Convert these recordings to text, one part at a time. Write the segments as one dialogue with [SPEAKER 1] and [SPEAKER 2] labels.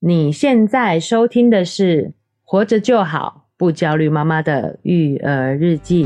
[SPEAKER 1] 你现在收听的是《活着就好，不焦虑妈妈的育儿日记》。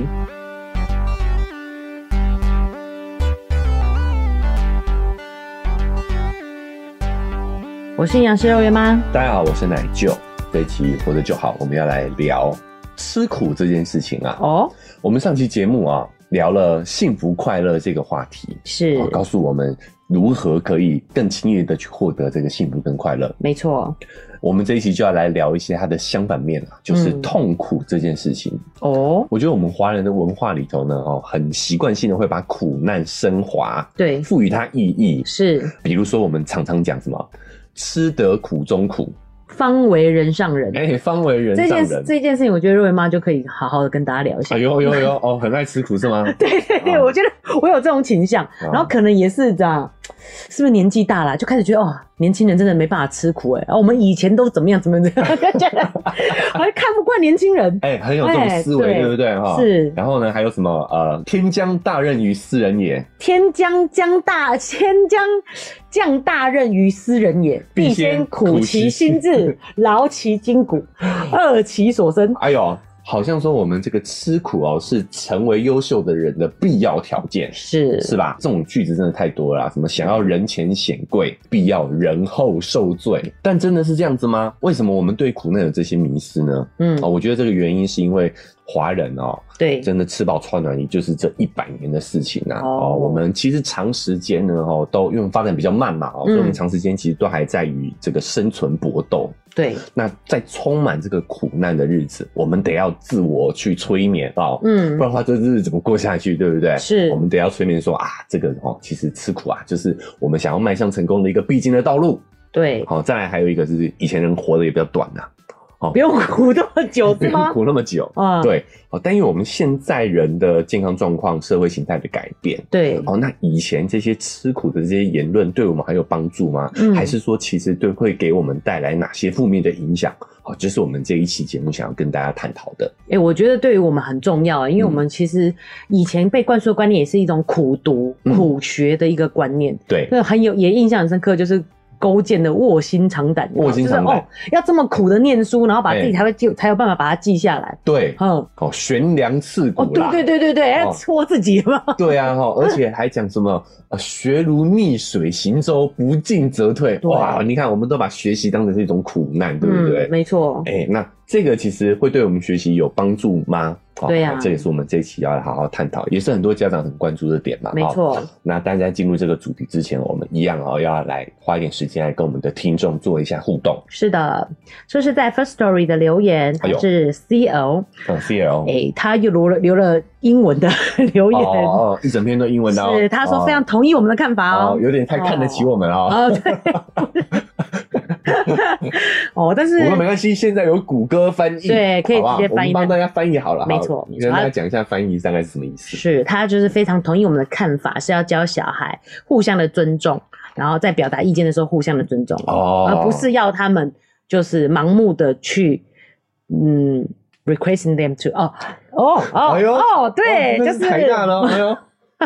[SPEAKER 1] 我是营养师肉圆妈，
[SPEAKER 2] 大家好，我是奶舅。这一期活着就好，我们要来聊吃苦这件事情啊。
[SPEAKER 1] 哦，
[SPEAKER 2] 我们上期节目啊聊了幸福快乐这个话题，
[SPEAKER 1] 是
[SPEAKER 2] 啊告诉我们如何可以更轻易的去获得这个幸福跟快乐。
[SPEAKER 1] 没错，
[SPEAKER 2] 我们这一期就要来聊一些它的相反面啊，就是
[SPEAKER 1] 嗯
[SPEAKER 2] 痛苦这件事情。
[SPEAKER 1] 哦，
[SPEAKER 2] 我觉得我们华人的文化里头呢，哦，很习惯性的会把苦难升华，
[SPEAKER 1] 对，
[SPEAKER 2] 赋予它意义。
[SPEAKER 1] 是
[SPEAKER 2] 比如说，我们常常讲什么“吃得苦中苦
[SPEAKER 1] 方为人上人”，。
[SPEAKER 2] 哎、方为人
[SPEAKER 1] 这
[SPEAKER 2] 上
[SPEAKER 1] 件
[SPEAKER 2] 人。
[SPEAKER 1] 这件事情，我觉得肉圆妈就可以好好的跟大家聊一下。
[SPEAKER 2] 哎呦呦呦，哦，很爱吃苦是吗？
[SPEAKER 1] 对对对，
[SPEAKER 2] 啊
[SPEAKER 1] 我觉得我有这种倾向，然后可能也是这样，是不是年纪大了就开始觉得哦，年轻人真的没办法吃苦哎、欸，啊我们以前都怎么样怎么样，怎么样就觉得好像看不惯年轻人，
[SPEAKER 2] 哎、很有这种
[SPEAKER 1] 哎
[SPEAKER 2] 思维，
[SPEAKER 1] 对
[SPEAKER 2] 对不对？哈、
[SPEAKER 1] 是
[SPEAKER 2] 然后呢，还有什么？呃，天将大任于斯人也，
[SPEAKER 1] 天将降大天将降大任于斯人也，
[SPEAKER 2] 必
[SPEAKER 1] 必
[SPEAKER 2] 先
[SPEAKER 1] 先
[SPEAKER 2] 苦
[SPEAKER 1] 苦
[SPEAKER 2] 其
[SPEAKER 1] 其心 志，劳其筋骨，饿其所生。
[SPEAKER 2] 哎呦，好像说我们这个吃苦哦，是成为优秀的人的必要条件，
[SPEAKER 1] 是
[SPEAKER 2] 是吧？这种句子真的太多了啊，什么想要人前显贵，必要人后受罪，但真的是这样子吗？为什么我们对苦难有这些迷思呢？
[SPEAKER 1] 嗯
[SPEAKER 2] 哦，，我觉得这个原因是因为华人哦，
[SPEAKER 1] 对，
[SPEAKER 2] 真的吃饱穿暖，也就是这一百年的事情啊。
[SPEAKER 1] 哦
[SPEAKER 2] 哦，我们其实长时间呢，哦，都因为发展比较慢嘛，哦，
[SPEAKER 1] 嗯
[SPEAKER 2] 所以我们长时间其实都还在与这个生存搏斗。
[SPEAKER 1] 对，
[SPEAKER 2] 那在充满这个苦难的日子，我们得要自我去催眠哦。
[SPEAKER 1] 嗯
[SPEAKER 2] 不，然的话，这日子怎么过下去，对不对？
[SPEAKER 1] 是
[SPEAKER 2] 我们得要催眠说啊，这个哦，其实吃苦啊，就是我们想要迈向成功的一个必经的道路。
[SPEAKER 1] 对，
[SPEAKER 2] 好、再来还有一个就是以前人活得也比较短呐、？
[SPEAKER 1] 不用苦这么久是吗
[SPEAKER 2] 苦那么久，
[SPEAKER 1] 啊，
[SPEAKER 2] 对，哦，但因为我们现在人的健康状况、社会形态的改变，
[SPEAKER 1] 对，
[SPEAKER 2] 哦，那以前这些吃苦的这些言论对我们还有帮助吗？
[SPEAKER 1] 嗯
[SPEAKER 2] 还是说其实对会给我们带来哪些负面的影响？哦，这是我们这一期节目想要跟大家探讨的。
[SPEAKER 1] 哎、我觉得对于我们很重要，啊因为我
[SPEAKER 2] 嗯
[SPEAKER 1] 们其实以前被灌输的观念也是一种苦读、
[SPEAKER 2] 嗯
[SPEAKER 1] 苦学的一个观念，
[SPEAKER 2] 对，
[SPEAKER 1] 那、很有也印象很深刻，就是勾践的卧薪尝胆，
[SPEAKER 2] 卧薪尝胆
[SPEAKER 1] 就是哦，要这么苦的念书，然后把自己
[SPEAKER 2] 哎
[SPEAKER 1] 才会记，才有办法把它记下来。
[SPEAKER 2] 对，
[SPEAKER 1] 嗯，
[SPEAKER 2] 哦，悬梁刺
[SPEAKER 1] 哦，
[SPEAKER 2] 股
[SPEAKER 1] 对
[SPEAKER 2] 啦，
[SPEAKER 1] 对对对对，要
[SPEAKER 2] 哦
[SPEAKER 1] 戳自己嘛，
[SPEAKER 2] 对啊，哈，而且还讲什么呃，学如逆水行舟，不进则退。
[SPEAKER 1] 对
[SPEAKER 2] 哇，你看，我们都把学习当成是一种苦难，对不对？
[SPEAKER 1] 嗯没错，
[SPEAKER 2] 哎、那这个其实会对我们学习有帮助吗？哦
[SPEAKER 1] 对啊
[SPEAKER 2] 这也是我们这一期要好好探讨，也是很多家长很关注的点嘛。
[SPEAKER 1] 没
[SPEAKER 2] 哦。
[SPEAKER 1] 错，
[SPEAKER 2] 那大家进入这个主题之前，我们一样哦，要来花一点时间来跟我们的听众做一下互动。
[SPEAKER 1] 是的，这是在 First Story 的留言，
[SPEAKER 2] 哎
[SPEAKER 1] 他
[SPEAKER 2] 呦
[SPEAKER 1] 是 C L，
[SPEAKER 2] 嗯，C L
[SPEAKER 1] 哎、他又留了留了英文的 留
[SPEAKER 2] 哦
[SPEAKER 1] 言，
[SPEAKER 2] 哦，一整篇都英文的、哦。
[SPEAKER 1] 是他说非常同意我们的看法
[SPEAKER 2] 哦
[SPEAKER 1] 哦
[SPEAKER 2] 哦，有点太看得起我们了、哦。
[SPEAKER 1] 哦， 对，哦，但是
[SPEAKER 2] 不过没关系，现在有谷歌翻译，
[SPEAKER 1] 对可以
[SPEAKER 2] 好不好
[SPEAKER 1] 直接翻译
[SPEAKER 2] 我们帮大家翻译好了，
[SPEAKER 1] 没
[SPEAKER 2] 好
[SPEAKER 1] 错没错
[SPEAKER 2] 跟大家讲一下翻译大概是什么意思。
[SPEAKER 1] 是他就是非常同意我们的看法，是要教小孩互相的尊重，然后在表达意见的时候互相的尊重，
[SPEAKER 2] 哦
[SPEAKER 1] 而不是要他们就是盲目的去嗯 requesting them to 哦哦哦、
[SPEAKER 2] 哎呦
[SPEAKER 1] 哦，对，
[SPEAKER 2] 哦
[SPEAKER 1] 就
[SPEAKER 2] 那
[SPEAKER 1] 是
[SPEAKER 2] 台大了，哎呦，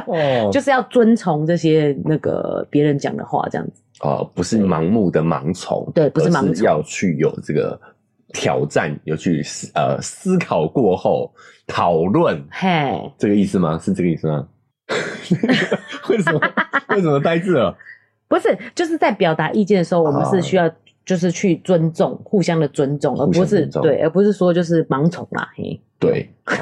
[SPEAKER 2] 哦，
[SPEAKER 1] 就是要遵从这些那个别人讲的话，这样子。
[SPEAKER 2] 哦，不是盲目的盲从，
[SPEAKER 1] 对不是盲从
[SPEAKER 2] 而要去有这个挑战，有去思呃思考过后讨论，
[SPEAKER 1] 嘿，
[SPEAKER 2] 这个意思吗？是这个意思吗？ 为什么为什么呆滞 了？
[SPEAKER 1] 不是，就是在表达意见的时候，我们
[SPEAKER 2] 哦
[SPEAKER 1] 是需要就是去尊重，互相的尊重，而
[SPEAKER 2] 互相
[SPEAKER 1] 不是
[SPEAKER 2] 尊重
[SPEAKER 1] 对，而不是说就是盲从啦。嘿，
[SPEAKER 2] 对，哦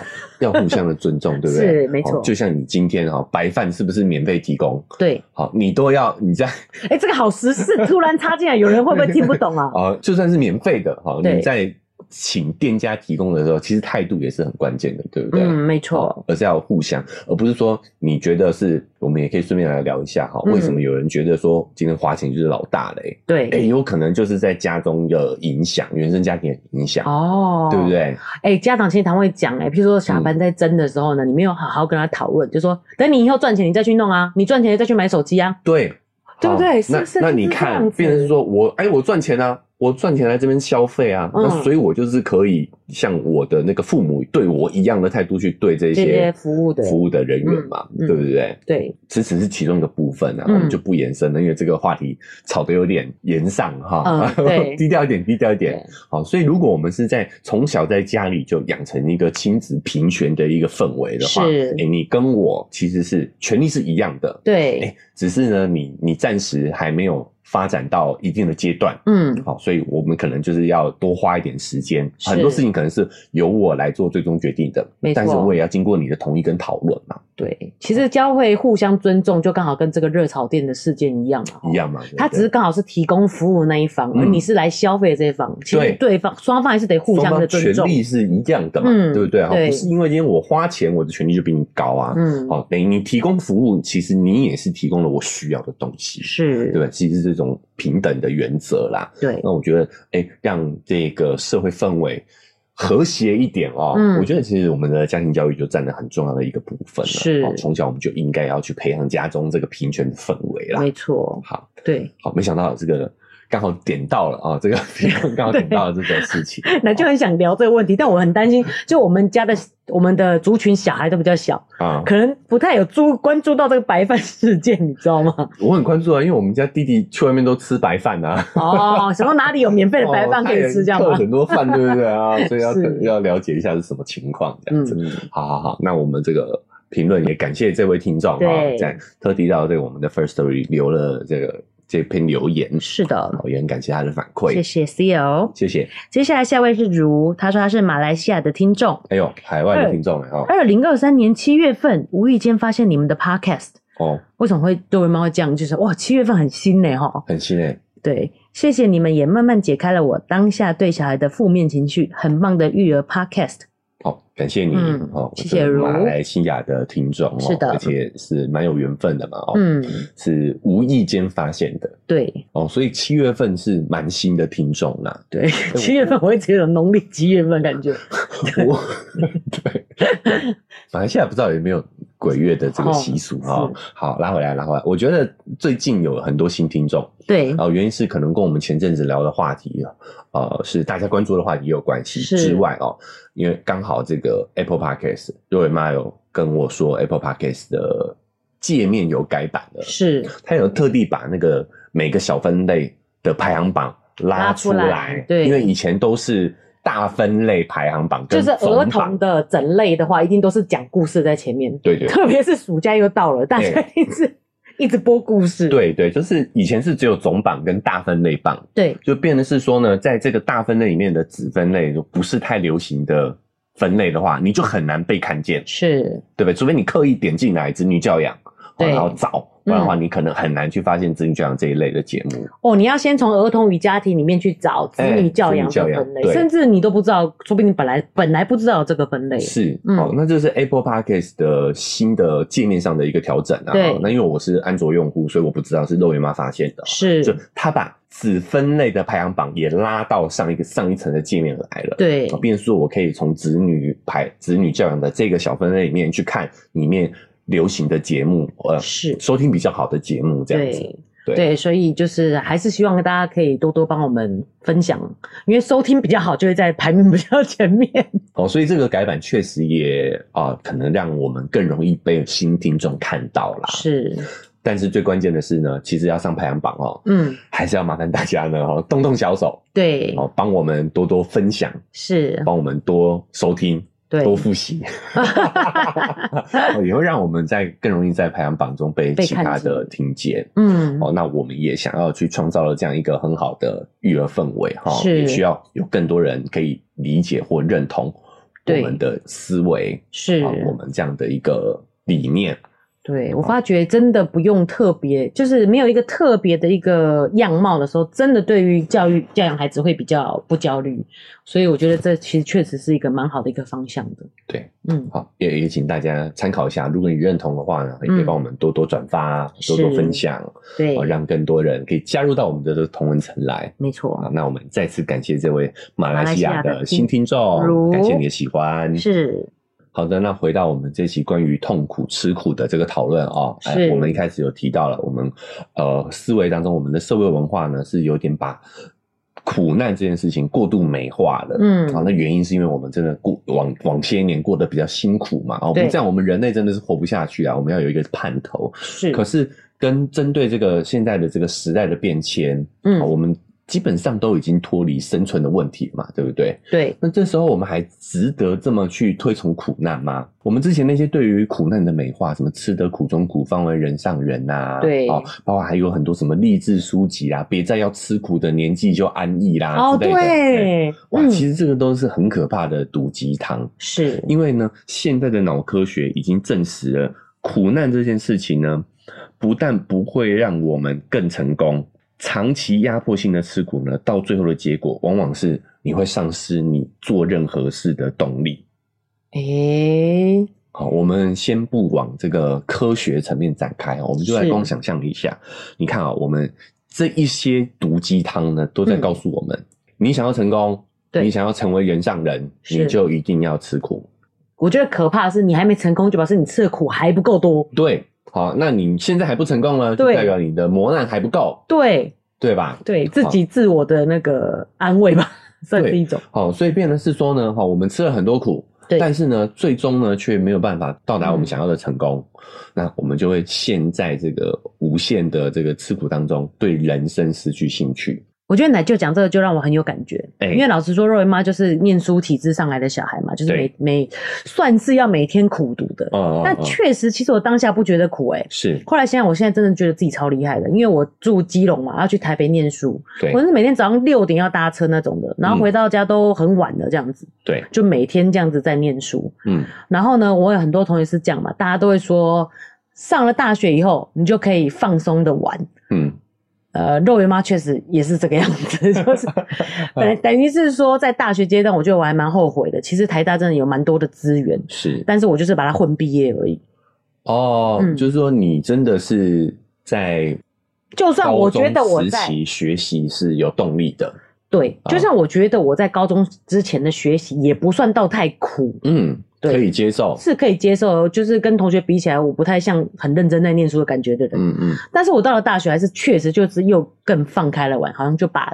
[SPEAKER 2] 要互相的尊重，对不对？
[SPEAKER 1] 是没错
[SPEAKER 2] 哦就像你今天哈，白饭是不是免费提供？
[SPEAKER 1] 对，
[SPEAKER 2] 好，你都要你在
[SPEAKER 1] 哎、
[SPEAKER 2] 哦
[SPEAKER 1] 这个好时事，突然插进来，有人会不会听不懂啊？
[SPEAKER 2] 呃，就算是免费的哈，
[SPEAKER 1] 对
[SPEAKER 2] 你在请店家提供的时候，其实态度也是很关键的，对不对？哦
[SPEAKER 1] 嗯，没错，
[SPEAKER 2] 而是要互相，而不是说你觉得是，我们也可以顺便来聊一下哈，
[SPEAKER 1] 嗯
[SPEAKER 2] 为什么有人觉得说今天花钱就是老大嘞？哎、
[SPEAKER 1] 对，
[SPEAKER 2] 有可能就是在家中的影响，原生家庭的影响，
[SPEAKER 1] 哦，
[SPEAKER 2] 对不？对？
[SPEAKER 1] 哎，家长其实常会讲，哎，譬如说小班在争的时候呢，你没有好好跟他讨论，就说
[SPEAKER 2] 嗯
[SPEAKER 1] 等你以后赚钱，你再去弄啊，你赚钱再去买手机啊，
[SPEAKER 2] 对，
[SPEAKER 1] 对不对
[SPEAKER 2] 好
[SPEAKER 1] 是是
[SPEAKER 2] 那那
[SPEAKER 1] 就是
[SPEAKER 2] 你
[SPEAKER 1] 这
[SPEAKER 2] 看
[SPEAKER 1] 样，子
[SPEAKER 2] 变成是说我哎、我赚钱啊，我赚钱来这边消费啊，
[SPEAKER 1] 嗯
[SPEAKER 2] 那所以我就是可以像我的那个父母对我一样的态度去对这
[SPEAKER 1] 这些
[SPEAKER 2] 些
[SPEAKER 1] 服务的
[SPEAKER 2] 服务的人员嘛，
[SPEAKER 1] 嗯嗯
[SPEAKER 2] 对不对？
[SPEAKER 1] 对，
[SPEAKER 2] 这只是其中一个部分啊，
[SPEAKER 1] 嗯
[SPEAKER 2] 我们就不延伸了，因为这个话题吵得有点延上哈，
[SPEAKER 1] 嗯对
[SPEAKER 2] 低调一点，低调一点
[SPEAKER 1] 对。
[SPEAKER 2] 好，所以如果我们是在从小在家里就养成一个亲子平权的一个氛围的话，
[SPEAKER 1] 是
[SPEAKER 2] 诶你跟我其实是权利是一样的，哎、
[SPEAKER 1] 对，
[SPEAKER 2] 只是呢，你你暂时还没有发展到一定的阶段，
[SPEAKER 1] 嗯，
[SPEAKER 2] 好，所以我们可能就是要多花一点时间，
[SPEAKER 1] 是
[SPEAKER 2] 很多事情可能是由我来做最终决定的
[SPEAKER 1] 没，错
[SPEAKER 2] 但是我也要经过你的同意跟讨论嘛，
[SPEAKER 1] 对，其实教会互相尊重，就刚好跟这个热炒店的事件一样嘛，哦
[SPEAKER 2] 一。样嘛，对不
[SPEAKER 1] 他
[SPEAKER 2] 对
[SPEAKER 1] 只是刚好是提供服务那一方，而
[SPEAKER 2] 嗯
[SPEAKER 1] 你是来消费的这一方，其实
[SPEAKER 2] 对
[SPEAKER 1] 对方双方还是得互相的尊
[SPEAKER 2] 双方
[SPEAKER 1] 重
[SPEAKER 2] 权。利是一样的嘛，
[SPEAKER 1] 嗯
[SPEAKER 2] 对不对？哈，
[SPEAKER 1] 对
[SPEAKER 2] 不是因为今天我花钱，我的权利就比你高啊。
[SPEAKER 1] 嗯，
[SPEAKER 2] 好、等于你提供服务，其实你也是提供了我需要的东西，
[SPEAKER 1] 是
[SPEAKER 2] 对，吧？其实是这种平等的原则啦。
[SPEAKER 1] 对，
[SPEAKER 2] 那我觉得，哎，让这个社会氛围和谐一点哦。
[SPEAKER 1] 嗯
[SPEAKER 2] 我觉得其实我们的家庭教育就占了很重要的一个部分了。
[SPEAKER 1] 是
[SPEAKER 2] 哦从小我们就应该要去培养家中这个平权的氛围啦。
[SPEAKER 1] 没错，
[SPEAKER 2] 好，
[SPEAKER 1] 对，。
[SPEAKER 2] 好，没想到这个刚好点到了啊、哦，这个 刚好点到了这个事情
[SPEAKER 1] 那就很想聊这个问题，但我很担心， 就我们家的我们的族群小孩都比较小，
[SPEAKER 2] 啊，
[SPEAKER 1] 可能不太有注关注到这个白饭事件，你知道吗？
[SPEAKER 2] 我很关注啊，因为我们家弟弟去外面都吃白饭啊，
[SPEAKER 1] 哦， 想到哪里有免费的白饭可以吃，这样
[SPEAKER 2] 哦
[SPEAKER 1] 吗
[SPEAKER 2] 他也扣？很多饭，对不对 啊？所以要
[SPEAKER 1] 是
[SPEAKER 2] 要了解一下是什么情况这样子。
[SPEAKER 1] 嗯，
[SPEAKER 2] 好好好，那我们这个评论也感谢这位听众啊
[SPEAKER 1] 对，
[SPEAKER 2] 在特地到这个我们的 First Story 留了这个这篇留言，
[SPEAKER 1] 是的，
[SPEAKER 2] 好，也很感谢他的反馈，
[SPEAKER 1] 谢谢 C L。
[SPEAKER 2] 谢谢。
[SPEAKER 1] 接下来下位是如，他说他是马来西亚的听众，
[SPEAKER 2] 哎呦，海外的听众了哦
[SPEAKER 1] 二零二三年七月份无意间发现你们的 Podcast。
[SPEAKER 2] 哦，
[SPEAKER 1] 为什么会对我妈会这样？就是哇，七月份很新呢，哈。
[SPEAKER 2] 很新哎，
[SPEAKER 1] 对，谢谢你们也慢慢解开了我当下对小孩的负面情绪，很棒的育儿 podcast。
[SPEAKER 2] 好，感谢你
[SPEAKER 1] 嗯
[SPEAKER 2] 哦，
[SPEAKER 1] 谢谢
[SPEAKER 2] 这个
[SPEAKER 1] 如
[SPEAKER 2] 马来西亚的听众哦，
[SPEAKER 1] 是的
[SPEAKER 2] 而且是蛮有缘分的嘛哦，
[SPEAKER 1] 嗯，
[SPEAKER 2] 是无意间发现的
[SPEAKER 1] 对
[SPEAKER 2] 哦，所以七月份是蛮新的听众啦，
[SPEAKER 1] 对，七月份我会觉得农历七月份感觉
[SPEAKER 2] 我对，马来西亚不知道有没有鬼月的这个习俗哈、
[SPEAKER 1] 哦
[SPEAKER 2] 好，拉回来，拉回来。我觉得最近有很多新听众，
[SPEAKER 1] 对
[SPEAKER 2] 然、，后原因是可能跟我们前阵子聊的话题，呃，是大家关注的话题也有关系
[SPEAKER 1] 是
[SPEAKER 2] 之外哦，因为刚好这个 Apple Podcast，若伟妈有跟我说 Apple Podcast 的界面有改版了，
[SPEAKER 1] 是
[SPEAKER 2] 他有特地把那个每个小分类的排行榜拉出来，
[SPEAKER 1] 拉出来对
[SPEAKER 2] 因为以前都是大分类排行榜跟
[SPEAKER 1] 就是儿
[SPEAKER 2] 总
[SPEAKER 1] 童
[SPEAKER 2] 榜，
[SPEAKER 1] 的整类的话，一定都是讲故事在前面，
[SPEAKER 2] 对对
[SPEAKER 1] 特别是暑假又到了，大家一直一直播故事，
[SPEAKER 2] 对对，就是以前是只有总榜跟大分类榜，
[SPEAKER 1] 对
[SPEAKER 2] 就变的是说呢，在这个大分类里面的子分类就不是太流行的分类的话，你就很难被看见，
[SPEAKER 1] 是，
[SPEAKER 2] 对不对？除非你刻意点进来子女教养，哦
[SPEAKER 1] 对嗯
[SPEAKER 2] 然后找。不然的话，你可能很难去发现子女教养这一类的节目。
[SPEAKER 1] 哦，你要先从儿童与家庭里面去找子
[SPEAKER 2] 哎
[SPEAKER 1] 女教养
[SPEAKER 2] 子
[SPEAKER 1] 的
[SPEAKER 2] 女教养
[SPEAKER 1] 分类，
[SPEAKER 2] 对
[SPEAKER 1] 甚至你都不知道，说不定你本来本来不知道有这个分类。
[SPEAKER 2] 是，
[SPEAKER 1] 嗯
[SPEAKER 2] 哦，那这是 Apple Podcast 的新的界面上的一个调整啊。
[SPEAKER 1] 对
[SPEAKER 2] 哦那因为我是安卓用户，所以我不知道是肉圆妈发现的哦。
[SPEAKER 1] 是，
[SPEAKER 2] 就他把子分类的排行榜也拉到上一个上一层的界面来了。
[SPEAKER 1] 对
[SPEAKER 2] 哦，变数我可以从子女排子女教养的这个小分类里面去看里面流行的节目，呃，
[SPEAKER 1] 是
[SPEAKER 2] 收听比较好的节目这样子。
[SPEAKER 1] 对
[SPEAKER 2] 对
[SPEAKER 1] 对，所以就是还是希望大家可以多多帮我们分享，因为收听比较好，就会在排名比较前面。
[SPEAKER 2] 哦，所以这个改版确实也啊、可能让我们更容易被新听众看到啦。
[SPEAKER 1] 是，
[SPEAKER 2] 但是最关键的是呢，其实要上排行榜哦，
[SPEAKER 1] 嗯，
[SPEAKER 2] 还是要麻烦大家呢，哦， 动动小手，
[SPEAKER 1] 对，
[SPEAKER 2] 哦，帮我们多多分享，
[SPEAKER 1] 是，
[SPEAKER 2] 帮我们多收听，
[SPEAKER 1] 对，
[SPEAKER 2] 多 复习，哦也会让我们在更容易在排行榜中被
[SPEAKER 1] 被
[SPEAKER 2] 其
[SPEAKER 1] 看
[SPEAKER 2] 他
[SPEAKER 1] 见
[SPEAKER 2] 的听见。
[SPEAKER 1] 嗯，
[SPEAKER 2] 哦，那我们也想要去创造了这样一个很好的育儿氛围哈、
[SPEAKER 1] 是
[SPEAKER 2] 也需要有更多人可以理解或认同我
[SPEAKER 1] 对
[SPEAKER 2] 们的思维，哦
[SPEAKER 1] 是
[SPEAKER 2] 啊，我们这样的一个理念。
[SPEAKER 1] 对我发觉真的不用特别，就是没有一个特别的一个样貌的时候，真的对于教育教养孩子会比较不焦虑，所以我觉得这其实确实是一个蛮好的一个方向的。
[SPEAKER 2] 对，
[SPEAKER 1] 嗯，
[SPEAKER 2] 好，也也请大家参考一下。如果你认同的话呢，也可以帮我们多多转发、多多
[SPEAKER 1] 嗯是
[SPEAKER 2] 分享，
[SPEAKER 1] 对
[SPEAKER 2] 好，，让更多人可以加入到我们的这个同文层来。
[SPEAKER 1] 没错
[SPEAKER 2] 好，，那我们再次感谢这位马来西亚
[SPEAKER 1] 马来西亚
[SPEAKER 2] 的
[SPEAKER 1] 的
[SPEAKER 2] 新听众，
[SPEAKER 1] 如
[SPEAKER 2] 感谢你的喜欢。
[SPEAKER 1] 是
[SPEAKER 2] 好的，那回到我们这期关于痛苦吃苦的这个讨论啊、哎，
[SPEAKER 1] 是
[SPEAKER 2] 我们一开始有提到了，我们呃思维当中，我们的社会文化呢是有点把苦难这件事情过度美化了。啊
[SPEAKER 1] 嗯
[SPEAKER 2] 好，那原因是因为我们真的过往往些年过得比较辛苦嘛，哦，不
[SPEAKER 1] 对
[SPEAKER 2] 这样我们人类真的是活不下去啊，我们要有一个盼头。
[SPEAKER 1] 是，
[SPEAKER 2] 可是跟针对这个现在的这个时代的变迁，哦
[SPEAKER 1] 嗯
[SPEAKER 2] 好我们基本上都已经脱离生存的问题嘛，对不对？
[SPEAKER 1] 对，
[SPEAKER 2] 那这时候我们还值得这么去推崇苦难吗？我们之前那些对于苦难的美化，什么“吃得苦中苦，方为人上人”呐，
[SPEAKER 1] 对
[SPEAKER 2] 哦，包括还有很多什么励志书籍啊，别在要吃苦的年纪就安逸啦、
[SPEAKER 1] 哦，
[SPEAKER 2] 之类的。哎
[SPEAKER 1] 对，
[SPEAKER 2] 哇，
[SPEAKER 1] 嗯
[SPEAKER 2] 其实这个都是很可怕的毒鸡汤，
[SPEAKER 1] 是，
[SPEAKER 2] 因为呢，现在的脑科学已经证实了苦难这件事情呢，不但不会让我们更成功，长期压迫性的吃苦呢，到最后的结果往往是你会丧失你做任何事的动力。
[SPEAKER 1] 诶，
[SPEAKER 2] 好，我们先不往这个科学层面展开哦，我们就来
[SPEAKER 1] 是
[SPEAKER 2] 光想象一下。你看啊、我们这一些毒鸡汤呢，都在
[SPEAKER 1] 嗯
[SPEAKER 2] 告诉我们：你想要成功，
[SPEAKER 1] 对
[SPEAKER 2] 你想要成为人上人，你
[SPEAKER 1] 是
[SPEAKER 2] 就一定要吃苦。
[SPEAKER 1] 我觉得可怕的是你还没成功，就表示你吃的苦还不够多。
[SPEAKER 2] 对，好，那你现在还不成功呢，就
[SPEAKER 1] 对
[SPEAKER 2] 代表你的磨难还不够，
[SPEAKER 1] 对，
[SPEAKER 2] 对吧？
[SPEAKER 1] 对自己自我的那个安慰吧，算是一种。
[SPEAKER 2] 好，所以变的是说呢，哈，我们吃了很多苦，
[SPEAKER 1] 对
[SPEAKER 2] 但是呢，最终呢却没有办法到达我们
[SPEAKER 1] 嗯
[SPEAKER 2] 想要的成功，那我们就会陷在这个无限的这个吃苦当中，对人生失去兴趣。
[SPEAKER 1] 我觉得奶舅讲这个就让我很有感觉，
[SPEAKER 2] 哎
[SPEAKER 1] 因为老实说，肉圆妈就是念书体制上来的小孩嘛，就是每
[SPEAKER 2] 对
[SPEAKER 1] 每算是要每天苦读的。
[SPEAKER 2] 哦、
[SPEAKER 1] 但
[SPEAKER 2] 嗯嗯
[SPEAKER 1] 确实，其实我当下不觉得苦哎、
[SPEAKER 2] 是
[SPEAKER 1] 后来想想，我现在真的觉得自己超厉害的，因为我住基隆嘛，要去台北念书，
[SPEAKER 2] 对嗯
[SPEAKER 1] 我是每天早上六点要搭车那种的，然后回到家都很晚了这样子，
[SPEAKER 2] 对，
[SPEAKER 1] 就每天这样子在念书。
[SPEAKER 2] 嗯，
[SPEAKER 1] 然后呢，我有很多同学是这样嘛，大家都会说，上了大学以后，你就可以放松的玩。
[SPEAKER 2] 嗯，
[SPEAKER 1] 呃，肉圆妈确实也是这个样子， 就是等等于是说，在大学阶段，我觉得我还蛮后悔的。其实台大真的有蛮多的资源，
[SPEAKER 2] 是
[SPEAKER 1] 但是我就是把它混毕业而已。
[SPEAKER 2] 哦，
[SPEAKER 1] 嗯
[SPEAKER 2] 就是说你真的是在
[SPEAKER 1] 就算我觉得
[SPEAKER 2] 高
[SPEAKER 1] 我
[SPEAKER 2] 中时
[SPEAKER 1] 在
[SPEAKER 2] 期学习是有动力的，
[SPEAKER 1] 对，
[SPEAKER 2] 啊
[SPEAKER 1] 就算我觉得我在高中之前的学习也不算到太苦，
[SPEAKER 2] 嗯，
[SPEAKER 1] 对
[SPEAKER 2] 可以接受，
[SPEAKER 1] 是可以接受的。就是跟同学比起来，我不太像很认真在念书的感觉的人。
[SPEAKER 2] 嗯嗯。
[SPEAKER 1] 但是我到了大学，还是确实就是又更放开了玩，好像就把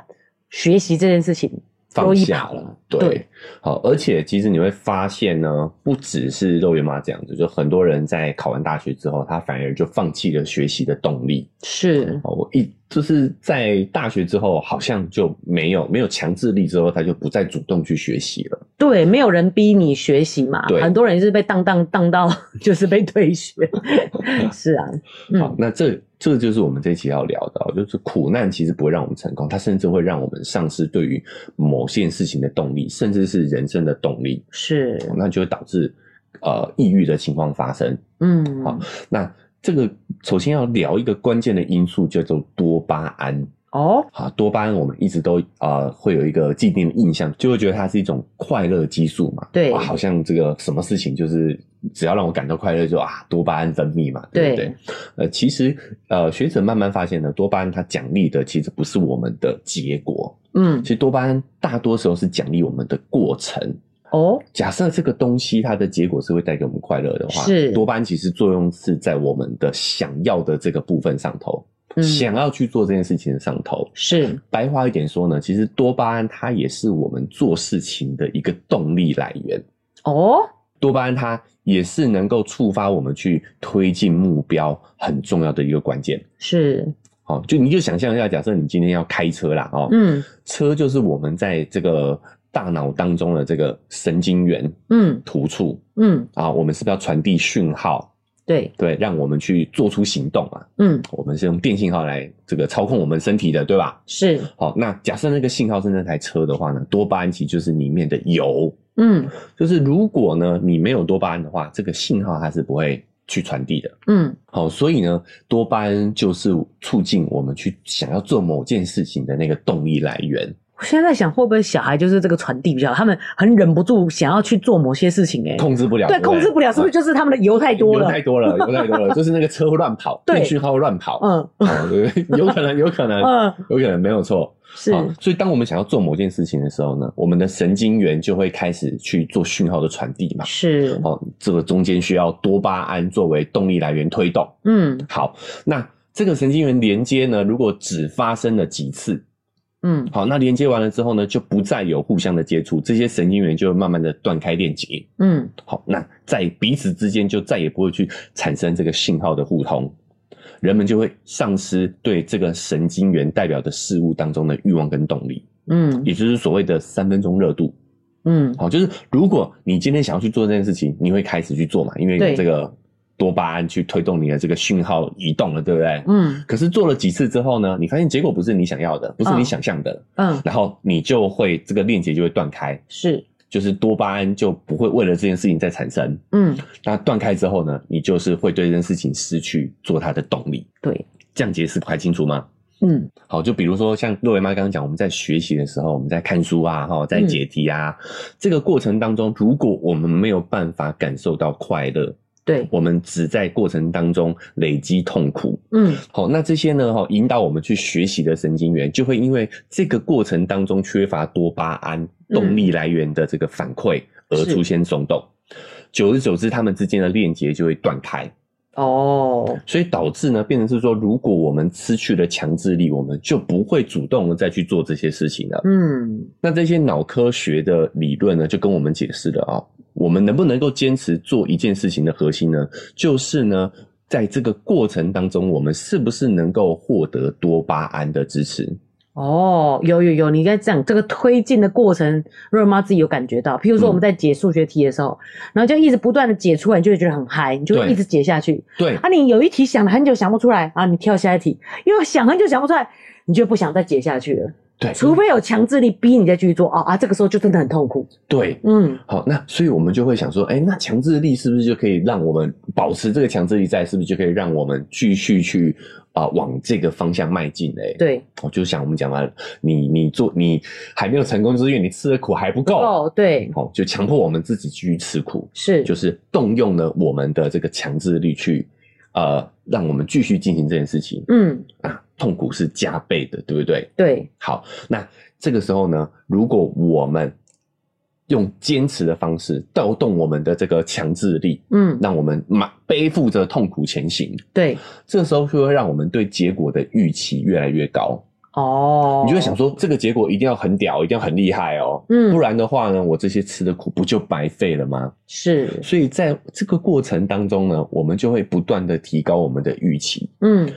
[SPEAKER 1] 学习这件事情
[SPEAKER 2] 放
[SPEAKER 1] 丢一
[SPEAKER 2] 下
[SPEAKER 1] 旁
[SPEAKER 2] 了，对，
[SPEAKER 1] 对
[SPEAKER 2] 好，而且其实你会发现呢，不只是肉圆妈这样子，就很多人在考完大学之后，他反而就放弃了学习的动力。
[SPEAKER 1] 是
[SPEAKER 2] 哦，我一就是在大学之后，好像就没有没有强制力之后，他就不再主动去学习了。
[SPEAKER 1] 对，没有人逼你学习嘛，
[SPEAKER 2] 对
[SPEAKER 1] 很多人是被当当当到就是被退 学，是啊，
[SPEAKER 2] 好
[SPEAKER 1] 嗯，，
[SPEAKER 2] 那这这就是我们这一期要聊的哦，就是苦难其实不会让我们成功，它甚至会让我们丧失对于某件事情的动力，甚至是人生的动力，哦
[SPEAKER 1] 是，
[SPEAKER 2] 那就会导致呃抑郁的情况发生。
[SPEAKER 1] 嗯，
[SPEAKER 2] 好那这个首先要聊一个关键的因素，叫做多巴胺。
[SPEAKER 1] 哦，
[SPEAKER 2] 啊，多巴胺我们一直都呃会有一个既定的印象，就会觉得它是一种快乐激素嘛。
[SPEAKER 1] 对
[SPEAKER 2] 啊好像这个什么事情就是只要让我感到快乐就，啊多巴胺分泌嘛，对不对？
[SPEAKER 1] 对
[SPEAKER 2] 呃，其实呃学者慢慢发现呢，多巴胺它奖励的其实不是我们的结果，
[SPEAKER 1] 嗯
[SPEAKER 2] 其，实多巴胺大多时候是奖励我们的过程。
[SPEAKER 1] 哦，
[SPEAKER 2] 假设这个东西它的结果是会带给我们快乐的话，
[SPEAKER 1] 是
[SPEAKER 2] 多巴胺其实作用是在我们的想要的这个部分上头，
[SPEAKER 1] 嗯，
[SPEAKER 2] 想要去做这件事情的上头。
[SPEAKER 1] 是，
[SPEAKER 2] 白话一点说呢，其实多巴胺它也是我们做事情的一个动力来源。
[SPEAKER 1] 哦，
[SPEAKER 2] 多巴胺它也是能够触发我们去推进目标很重要的一个关键。
[SPEAKER 1] 是，
[SPEAKER 2] 好、就你就想象一下，假设你今天要开车啦，哦，
[SPEAKER 1] 嗯
[SPEAKER 2] 车就是我们在这个大脑当中的这个神经元
[SPEAKER 1] 嗯
[SPEAKER 2] 突触，
[SPEAKER 1] 嗯，
[SPEAKER 2] 啊，我们是不是要传递讯号？
[SPEAKER 1] 对，
[SPEAKER 2] 对，让我们去做出行动嘛。
[SPEAKER 1] 嗯
[SPEAKER 2] 我们是用电信号来这个操控我们身体的，对吧？
[SPEAKER 1] 是，
[SPEAKER 2] 好，那假设那个信号是那台车的话呢，多巴胺其实就是里面的油。
[SPEAKER 1] 嗯
[SPEAKER 2] 就是如果呢你没有多巴胺的话，这个信号它是不会去传递的。
[SPEAKER 1] 嗯
[SPEAKER 2] 好，所以呢，多巴胺就是促进我们去想要做某件事情的那个动力来源。
[SPEAKER 1] 我现在在想，会不会小孩就是这个传递比较好？他们很忍不住想要去做某些事情、欸，
[SPEAKER 2] 控制不了，啊
[SPEAKER 1] 对，控制不了，是不是就是他们的油太多了
[SPEAKER 2] 油？太多了，油太多了，就是那个车会乱 跑，
[SPEAKER 1] 对
[SPEAKER 2] 电讯号会乱跑，
[SPEAKER 1] 嗯
[SPEAKER 2] 哦对不对有可能，有可能，
[SPEAKER 1] 嗯，
[SPEAKER 2] 有可能没有错。
[SPEAKER 1] 是，
[SPEAKER 2] 好所以当我们想要做某件事情的时候呢，我们的神经元就会开始去做讯号的传递嘛。
[SPEAKER 1] 是，
[SPEAKER 2] 哦，这个中间需要多巴胺作为动力来源推动。
[SPEAKER 1] 嗯
[SPEAKER 2] 好，那这个神经元连接呢，如果只发生了几次，
[SPEAKER 1] 嗯，
[SPEAKER 2] 好，那连接完了之后呢，就不再有互相的接触，这些神经元就会慢慢的断开链接。
[SPEAKER 1] 嗯
[SPEAKER 2] 好，那在彼此之间就再也不会去产生这个信号的互通，人们就会丧失对这个神经元代表的事物当中的欲望跟动力，
[SPEAKER 1] 嗯
[SPEAKER 2] 也就是所谓的三分钟热度。
[SPEAKER 1] 嗯，
[SPEAKER 2] 好，就是如果你今天想要去做这件事情，你会开始去做嘛，因为
[SPEAKER 1] 对
[SPEAKER 2] 有这个多巴胺去推动你的这个讯号移动了，对不对？
[SPEAKER 1] 嗯
[SPEAKER 2] 可是做了几次之后呢，你发现结果不是你想要的，不是
[SPEAKER 1] 嗯
[SPEAKER 2] 你想象的，
[SPEAKER 1] 嗯，
[SPEAKER 2] 然后你就会这个链接就会断开，
[SPEAKER 1] 是，
[SPEAKER 2] 就是多巴胺就不会为了这件事情再产生。
[SPEAKER 1] 嗯
[SPEAKER 2] 那断开之后呢，你就是会对这件事情失去做它的动力。
[SPEAKER 1] 对，
[SPEAKER 2] 这样解释还清楚吗？
[SPEAKER 1] 嗯
[SPEAKER 2] 好，就比如说像若维妈刚刚讲，我们在学习的时候，我们在看书啊，哈，在解题啊，这个过程当中，如果我们没有办法感受到快乐，
[SPEAKER 1] 对，
[SPEAKER 2] 我们只在过程当中累积痛苦。
[SPEAKER 1] 嗯
[SPEAKER 2] 好，那这些呢，哈，引导我们去学习的神经元，就会因为这个过程当中缺乏多巴胺动力来源的这个反馈而
[SPEAKER 1] 是
[SPEAKER 2] 出现松动，久而久之，他们之间的链接就会断开，
[SPEAKER 1] 哦，
[SPEAKER 2] 所以导致呢，变成是说，如果我们失去了强制力，我们就不会主动的再去做这些事情了。
[SPEAKER 1] 嗯
[SPEAKER 2] 那这些脑科学的理论呢，就跟我们解释了啊、我们能不能够坚持做一件事情的核心呢，就是呢，在这个过程当中，我们是不是能够获得多巴胺的支持？
[SPEAKER 1] 哦，有有有，你应该这样，这个推进的过程，瑞妈自己有感觉到。譬如
[SPEAKER 2] 嗯
[SPEAKER 1] 说我们在解数学题的时候，然后就一直不断的解出来，你就会觉得很嗨，你就会
[SPEAKER 2] 对
[SPEAKER 1] 一直解下去。
[SPEAKER 2] 对
[SPEAKER 1] 啊，你有一题想了很久想不出来啊，你跳下一题，又想很久想不出来，你就不想再解下去了。
[SPEAKER 2] 对
[SPEAKER 1] 除非有强制力逼你再继续做哦啊，这个时候就真的很痛苦。
[SPEAKER 2] 对。
[SPEAKER 1] 嗯，
[SPEAKER 2] 好，那所以我们就会想说，哎、那强制力是不是就可以让我们保持这个强制力在？是不是就可以让我们继续去啊、往这个方向迈进？哎，
[SPEAKER 1] 对，
[SPEAKER 2] 我就想我们讲完了，你你做你还没有成功，就是因为你吃的苦还不够，
[SPEAKER 1] 哦，对，
[SPEAKER 2] 哦，就强迫我们自己继续吃苦，
[SPEAKER 1] 是，
[SPEAKER 2] 就是动用了我们的这个强制力去，呃，让我们继续进行这件事情
[SPEAKER 1] 嗯，
[SPEAKER 2] 啊，痛苦是加倍的，对不对？
[SPEAKER 1] 对，
[SPEAKER 2] 好，那这个时候呢，如果我们用坚持的方式调动我们的这个强制力，
[SPEAKER 1] 嗯，
[SPEAKER 2] 让我们满背负着痛苦前行，
[SPEAKER 1] 对，
[SPEAKER 2] 这时候就会让我们对结果的预期越来越高。
[SPEAKER 1] 哦，
[SPEAKER 2] 你就会想，说，这个结果一定要很屌，一定要很厉害哦，
[SPEAKER 1] 嗯
[SPEAKER 2] 不然的话呢，我这些吃的苦不就白费了吗？
[SPEAKER 1] 是，
[SPEAKER 2] 所以在这个过程当中呢，我们就会不断的提高我们的预期。
[SPEAKER 1] 嗯，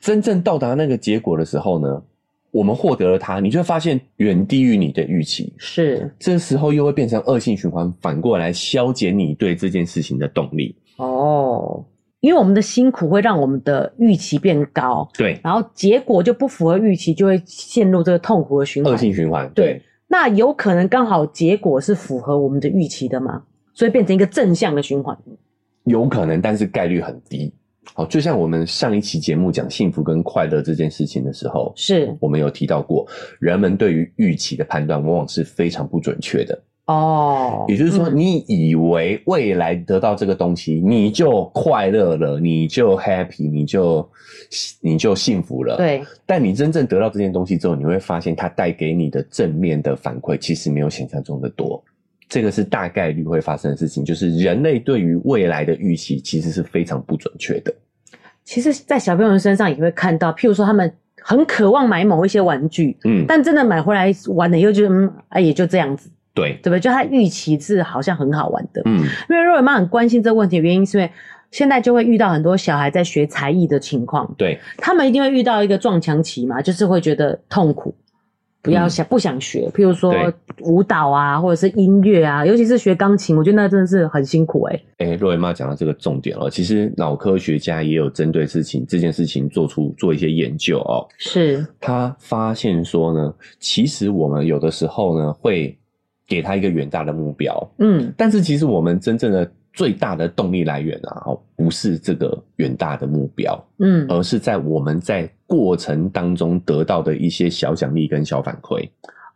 [SPEAKER 2] 真正到达那个结果的时候呢，我们获得了它，你就会发现远低于你的预期。
[SPEAKER 1] 是，
[SPEAKER 2] 这时候又会变成恶性循环，反过来消减你对这件事情的动力。
[SPEAKER 1] 哦，因为我们的辛苦会让我们的预期变高，
[SPEAKER 2] 对，
[SPEAKER 1] 然后结果就不符合预期，就会陷入这个痛苦的循
[SPEAKER 2] 恶
[SPEAKER 1] 环。
[SPEAKER 2] 性循环。
[SPEAKER 1] 对那有可能刚好结果是符合我们的预期的嘛，所以变成一个正向的循环。
[SPEAKER 2] 有可能，但是概率很低。好，就像我们上一期节目讲幸福跟快乐这件事情的时候，
[SPEAKER 1] 是
[SPEAKER 2] 我们有提到过，人们对于预期的判断往往是非常不准确的。
[SPEAKER 1] 哦，
[SPEAKER 2] 也就是说，
[SPEAKER 1] 嗯
[SPEAKER 2] 你以为未来得到这个东西，你就快乐了，你就 happy，你就你就幸福了。。
[SPEAKER 1] 对，
[SPEAKER 2] 但你真正得到这件东西之后，你会发现它带给你的正面的反馈，其实没有想象中的多。这个是大概率会发生的事情，就是人类对于未来的预期其实是非常不准确的。
[SPEAKER 1] 其实，在小朋友身上也会看到，譬如说他们很渴望买某一些玩具，
[SPEAKER 2] 嗯，
[SPEAKER 1] 但真的买回来玩了以后就，嗯，哎，也就这样子，
[SPEAKER 2] 对，
[SPEAKER 1] 对不对？就他预期是好像很好玩的，
[SPEAKER 2] 嗯，
[SPEAKER 1] 因为若尔妈很关心这个问题，原因是因为现在就会遇到很多小孩在学才艺的情况，
[SPEAKER 2] 对，
[SPEAKER 1] 他们一定会遇到一个撞墙期嘛，就是会觉得痛苦，不要想、不想学，譬如说
[SPEAKER 2] 嗯对
[SPEAKER 1] 舞蹈啊，或者是音乐啊，尤其是学钢琴，我觉得那真的是很辛苦哎、
[SPEAKER 2] 哎，若维妈讲到这个重点哦，其实脑科学家也有针对事情这件事情做出做一些研究哦。
[SPEAKER 1] 是，
[SPEAKER 2] 他发现说呢，其实我们有的时候呢会给他一个远大的目标，
[SPEAKER 1] 嗯，
[SPEAKER 2] 但是其实我们真正的最大的动力来源啊，哦不是这个远大的目标，
[SPEAKER 1] 嗯，
[SPEAKER 2] 而是在我们在过程当中得到的一些小奖励跟小反馈。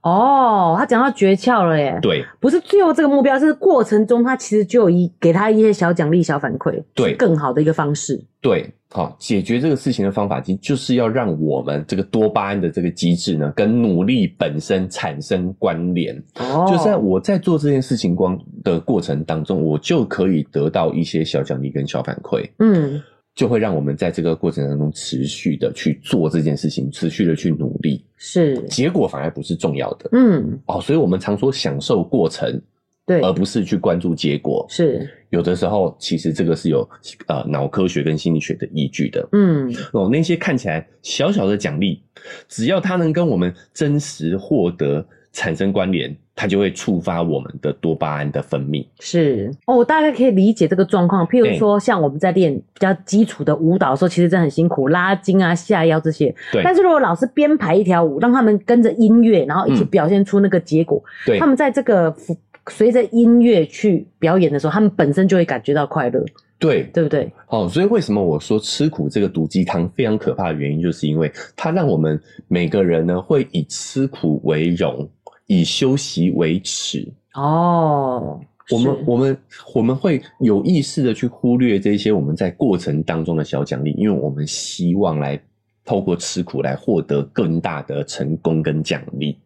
[SPEAKER 1] 哦，他讲到诀窍了耶，
[SPEAKER 2] 对
[SPEAKER 1] 不是最后这个目标，是过程中他其实就有一给他一些小奖励、小反馈，
[SPEAKER 2] 对
[SPEAKER 1] 是更好的一个方式。
[SPEAKER 2] 对，好、解决这个事情的方法，其实就是要让我们这个多巴胺的这个机制呢，跟努力本身产生关联。
[SPEAKER 1] 哦，
[SPEAKER 2] 就在我在做这件事情光的过程当中，我就可以得到一些小奖励跟小反馈，
[SPEAKER 1] 嗯
[SPEAKER 2] 就会让我们在这个过程当中持续的去做这件事情，持续的去努力，
[SPEAKER 1] 是
[SPEAKER 2] 结果反而不是重要的
[SPEAKER 1] 嗯
[SPEAKER 2] 哦。所以我们常说享受过程，
[SPEAKER 1] 对
[SPEAKER 2] 而不是去关注结果。
[SPEAKER 1] 是
[SPEAKER 2] 有的时候其实这个是有呃脑科学跟心理学的依据的。
[SPEAKER 1] 嗯
[SPEAKER 2] 哦，那些看起来小小的奖励，只要它能跟我们真实获得产生关联，它就会触发我们的多巴胺的分泌。
[SPEAKER 1] 是哦，我大概可以理解这个状况。譬如说，像我们在练比较基础的舞蹈的时候，其实真的很辛苦，拉筋啊、下腰这些。
[SPEAKER 2] 对
[SPEAKER 1] 但是如果老师编排一条舞，让他们跟着音乐，然后一起
[SPEAKER 2] 嗯
[SPEAKER 1] 表现出那个结果，
[SPEAKER 2] 对
[SPEAKER 1] 他，们在这个服随着音乐去表演的时候，他们本身就会感觉到快乐，
[SPEAKER 2] 对，
[SPEAKER 1] 对不对？
[SPEAKER 2] 哦，所以为什么我说吃苦这个毒鸡汤非常可怕的原因，就是因为它让我们每个人呢会以吃苦为荣，以休息为耻。
[SPEAKER 1] 哦，
[SPEAKER 2] 我
[SPEAKER 1] 是
[SPEAKER 2] 们我们我们会有意识的去忽略这些我们在过程当中的小奖励，因为我们希望来透过吃苦来获得更大的成功跟奖励。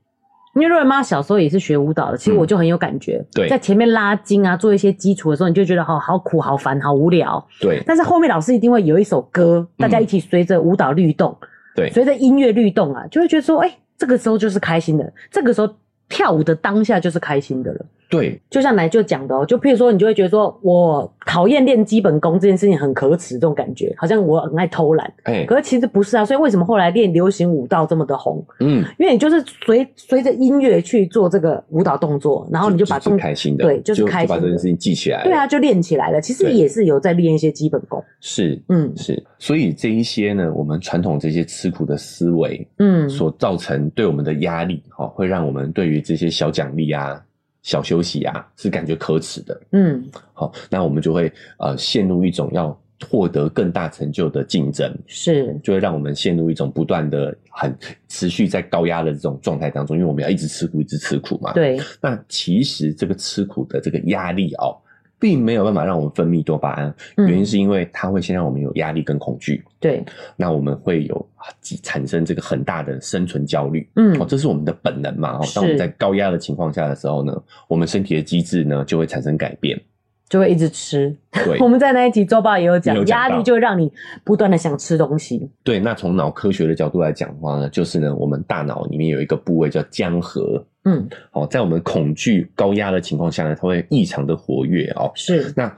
[SPEAKER 1] 因为瑞妈小时候也是学舞蹈的，其实
[SPEAKER 2] 嗯
[SPEAKER 1] 我就很有感觉。
[SPEAKER 2] 对
[SPEAKER 1] 在前面拉筋啊，做一些基础的时候，你就觉得好好苦、好烦、好无聊。
[SPEAKER 2] 对
[SPEAKER 1] 但是后面老师一定会有一首歌，大家一起随着舞蹈律动，
[SPEAKER 2] 嗯对
[SPEAKER 1] 随着音乐律动啊，就会觉得说，哎、这个时候就是开心的，这个时候跳舞的当下就是开心的了。
[SPEAKER 2] 对
[SPEAKER 1] 就像奶就讲的哦，就譬如说，你就会觉得说我讨厌练基本功这件事情很可耻，这种感觉好像我很爱偷懒，
[SPEAKER 2] 哎、
[SPEAKER 1] 可是其实不是啊。所以为什么后来练流行舞蹈这么的红？
[SPEAKER 2] 嗯，
[SPEAKER 1] 因为你就是随随着音乐去做这个舞蹈动作，然后你就把
[SPEAKER 2] 就是
[SPEAKER 1] 动
[SPEAKER 2] 开心的，
[SPEAKER 1] 对就是开心
[SPEAKER 2] 把
[SPEAKER 1] 的
[SPEAKER 2] 这件事情记起来。
[SPEAKER 1] 对啊，，就练起来了。其实
[SPEAKER 2] 对
[SPEAKER 1] 也是有在练一些基本功。
[SPEAKER 2] 是
[SPEAKER 1] 嗯
[SPEAKER 2] 是，所以这一些呢，我们传统这些吃苦的思维
[SPEAKER 1] 嗯，
[SPEAKER 2] 所造成对我们的压力，哈、会让我们对于这些小奖励啊、小休息啊，是感觉可耻的。
[SPEAKER 1] 嗯
[SPEAKER 2] 好，那我们就会呃陷入一种要获得更大成就的竞争，
[SPEAKER 1] 是
[SPEAKER 2] 就会让我们陷入一种不断的很持续在高压的这种状态当中，因为我们要一直吃苦，一直吃苦嘛。。
[SPEAKER 1] 对
[SPEAKER 2] 那其实这个吃苦的这个压力哦，并没有办法让我们分泌多巴胺，
[SPEAKER 1] 嗯
[SPEAKER 2] 原因是因为它会先让我们有压力跟恐惧，
[SPEAKER 1] 对，
[SPEAKER 2] 那我们会有啊产生这个很大的生存焦虑。
[SPEAKER 1] 嗯
[SPEAKER 2] 哦，这是我们的本能嘛？哦，
[SPEAKER 1] 是
[SPEAKER 2] 当我们在高压的情况下的时候呢，我们身体的机制呢就会产生改 变。
[SPEAKER 1] 就会一直吃。
[SPEAKER 2] 对，
[SPEAKER 1] 我们在那一集周报也有
[SPEAKER 2] 也
[SPEAKER 1] 讲
[SPEAKER 2] 有，讲
[SPEAKER 1] 压
[SPEAKER 2] 到
[SPEAKER 1] 力就会让你不断的想吃东西。
[SPEAKER 2] 对，那从脑科学的角度来讲的话呢，就是呢，我们大脑里面有一个部位叫浆核，
[SPEAKER 1] 嗯，
[SPEAKER 2] 哦，在我们恐惧、高压的情况下呢，它会异常的活跃哦。
[SPEAKER 1] 是
[SPEAKER 2] 那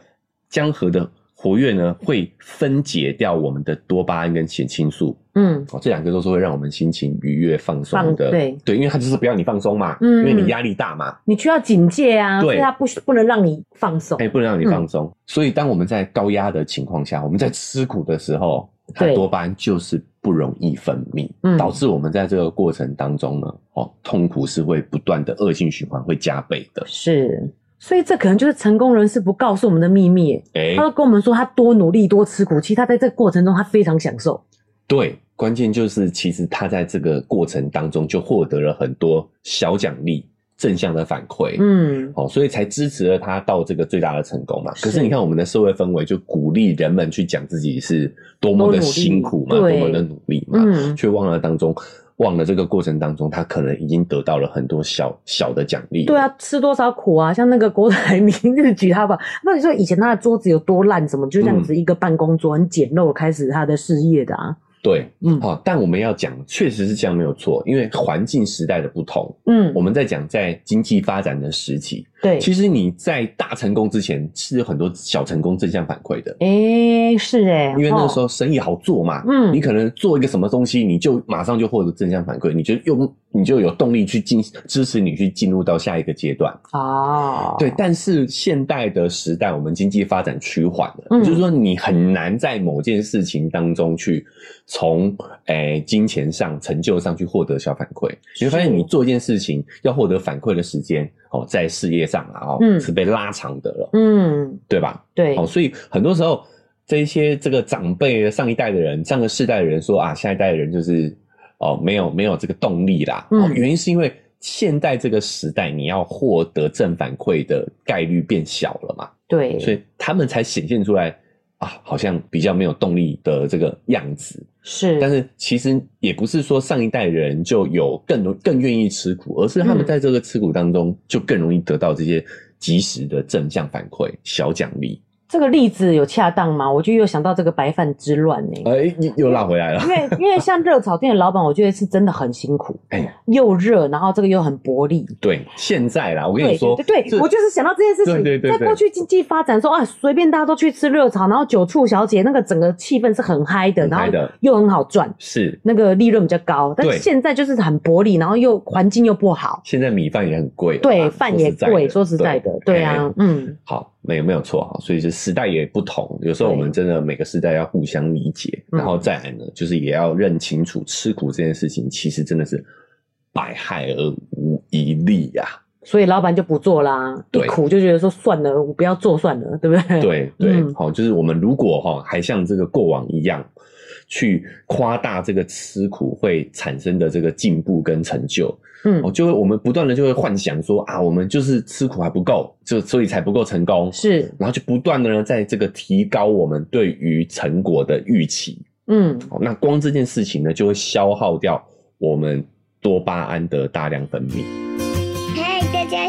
[SPEAKER 2] 浆核的活跃呢，会分解掉我们的多巴胺跟血清素，
[SPEAKER 1] 嗯
[SPEAKER 2] 哦，这两个都是会让我们心情愉悦、放松
[SPEAKER 1] 放
[SPEAKER 2] 的。
[SPEAKER 1] 对
[SPEAKER 2] 因为它就是不让你放松嘛，
[SPEAKER 1] 嗯
[SPEAKER 2] 因为你压力大嘛，
[SPEAKER 1] 你需要警戒啊，
[SPEAKER 2] 对
[SPEAKER 1] 所
[SPEAKER 2] 哎
[SPEAKER 1] 以它不不能让你放松
[SPEAKER 2] 它。也不能让你
[SPEAKER 1] 嗯
[SPEAKER 2] 放松。所以，当我们在高压的情况下，我们在吃苦的时候，它
[SPEAKER 1] 对
[SPEAKER 2] 多巴胺就是不容易分泌，
[SPEAKER 1] 嗯
[SPEAKER 2] 导致我们在这个过程当中呢，哦，痛苦是会不断的恶性循环，会加倍的。
[SPEAKER 1] 是，所以这可能就是成功人士不告诉我们的秘密耶。
[SPEAKER 2] 哎、
[SPEAKER 1] 他都跟我们说他多努力、多吃苦，其实他在这个过程中他非常享受。
[SPEAKER 2] 对，关键就是其实他在这个过程当中就获得了很多小奖励、正向的反馈。
[SPEAKER 1] 嗯，
[SPEAKER 2] 哦，所以才支持了他到这个最大的成功嘛。可
[SPEAKER 1] 是
[SPEAKER 2] 是你看，我们的社会氛围就鼓励人们去讲自己是多么
[SPEAKER 1] 多
[SPEAKER 2] 的
[SPEAKER 1] 努力
[SPEAKER 2] 辛苦嘛，多
[SPEAKER 1] 对
[SPEAKER 2] 么的努力嘛，
[SPEAKER 1] 嗯
[SPEAKER 2] 却忘了当中，忘了这个过程当中，他可能已经得到了很多小小的奖励。
[SPEAKER 1] 对，啊，吃多少苦啊？像那个郭台铭日举他吧，那你说以前他的桌子有多烂，怎么就这样子
[SPEAKER 2] 嗯
[SPEAKER 1] 一个办公桌很简陋开始他的事业的啊？
[SPEAKER 2] 对，
[SPEAKER 1] 嗯
[SPEAKER 2] 好、但我们要讲，确实是这样没有错，因为环境时代的不同，
[SPEAKER 1] 嗯
[SPEAKER 2] 我，们在讲在经济发展的时期，
[SPEAKER 1] 对，
[SPEAKER 2] 其实你在大成功之前是有很多小成功正向反馈的，
[SPEAKER 1] 诶、是诶、哦
[SPEAKER 2] 因为那个时
[SPEAKER 1] 候
[SPEAKER 2] 候生意好做嘛，
[SPEAKER 1] 嗯
[SPEAKER 2] 你可能做一个什么东西，你就马上就获得正向反馈，你就用你就有动力去进支持你去进入到下一个阶段。
[SPEAKER 1] 哦，
[SPEAKER 2] 对，但是现代的时代，我们经济发展趋缓了，
[SPEAKER 1] 嗯
[SPEAKER 2] 就是说你很难在某件事情当中去从诶、金钱上、成就上去获得小反馈。你会发现，
[SPEAKER 1] 是
[SPEAKER 2] 你做一件事情要获得反馈的时间，哦，在事业上啊，哦，
[SPEAKER 1] 嗯
[SPEAKER 2] 是被拉长的了，
[SPEAKER 1] 嗯，
[SPEAKER 2] 对吧？
[SPEAKER 1] 对，
[SPEAKER 2] 哦，所以很多时候这一些这个长辈上一代的人、上个世代的人说啊，下一代的人就是哦，没有没有这个动力啦。哦
[SPEAKER 1] 嗯，
[SPEAKER 2] 原因是因为现代这个时代，你要获得正反馈的概率变小了嘛，
[SPEAKER 1] 对，
[SPEAKER 2] 所以他们才显现出来啊，好像比较没有动力的这个样子。
[SPEAKER 1] 是，
[SPEAKER 2] 但是其实也不是说上一代人就有更多更愿意吃苦，而是他
[SPEAKER 1] 嗯
[SPEAKER 2] 们在这个吃苦当中就更容易得到这些及时的正向反馈、小奖励。
[SPEAKER 1] 这个例子有恰当吗？我就又想到这个白饭之乱呢、
[SPEAKER 2] 哎、又又拉回来了
[SPEAKER 1] 因。为因为像热炒店的老板，我觉得是真的很辛苦，
[SPEAKER 2] 哎呀，
[SPEAKER 1] 又热，然后这个又很薄利。
[SPEAKER 2] 对，现在啦，我跟你
[SPEAKER 1] 对
[SPEAKER 2] 说，
[SPEAKER 1] 对对，
[SPEAKER 2] 这
[SPEAKER 1] 我就是想到这件事情。
[SPEAKER 2] 对对对对
[SPEAKER 1] 在过去经济发展说啊，随便大家都去吃热炒，然后酒醋小姐那个整个气氛是很嗨的，
[SPEAKER 2] 很
[SPEAKER 1] 然
[SPEAKER 2] 嗨的
[SPEAKER 1] 后又很好赚，
[SPEAKER 2] 是
[SPEAKER 1] 那个利润比较高。但
[SPEAKER 2] 对
[SPEAKER 1] 现在就是很薄利，然后又环境又不好，
[SPEAKER 2] 现在米饭也很贵了嘛，
[SPEAKER 1] 对，饭也贵。说实在的，对啊
[SPEAKER 2] 哎，
[SPEAKER 1] 嗯，
[SPEAKER 2] 好，没有没有错哈，所以是时代也不同，有时候
[SPEAKER 1] 对
[SPEAKER 2] 我们真的每个时代要互相理解，
[SPEAKER 1] 嗯
[SPEAKER 2] 然后再来呢，就是也要认清楚吃苦这件事情，其实真的是百害而无一利啊呀、
[SPEAKER 1] 所以老板就不做啦，一
[SPEAKER 2] 对
[SPEAKER 1] 苦就觉得说算了，我不要做算了，对不对？，
[SPEAKER 2] 对对
[SPEAKER 1] 嗯，
[SPEAKER 2] 好、就是我们如果哈、还像这个过往一样，去夸大这个吃苦会产生的这个进步跟成就，
[SPEAKER 1] 嗯
[SPEAKER 2] 哦，，就会我们不断的就会幻想说啊，我们就是吃苦还不够，就所以才不够成功，
[SPEAKER 1] 是，
[SPEAKER 2] 然后就不断的呢，在这个提高我们对于成果的预期。
[SPEAKER 1] 嗯，
[SPEAKER 2] 哦，那光这件事情呢，就会消耗掉我们多巴胺的大量分泌。
[SPEAKER 3] 嗨，大家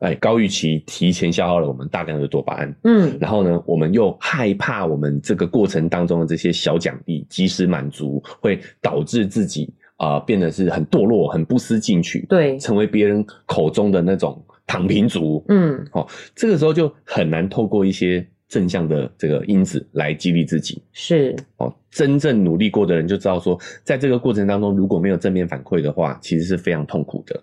[SPEAKER 2] 哎，高预期提前消耗了我们大量的多巴胺，
[SPEAKER 1] 嗯，
[SPEAKER 2] 然后呢，我们又害怕我们这个过程当中的这些小奖励、及时满足，会导致自己啊、呃变得是很堕落、很不思进取，
[SPEAKER 1] 对，
[SPEAKER 2] 成为别人口中的那种躺平族。
[SPEAKER 1] 嗯，
[SPEAKER 2] 这个时候就很难透过一些正向的这个因子来激励自己。
[SPEAKER 1] 是，
[SPEAKER 2] 哦，真正努力过的人就知道说，在这个过程当中，如果没有正面反馈的话，其实是非常痛苦的。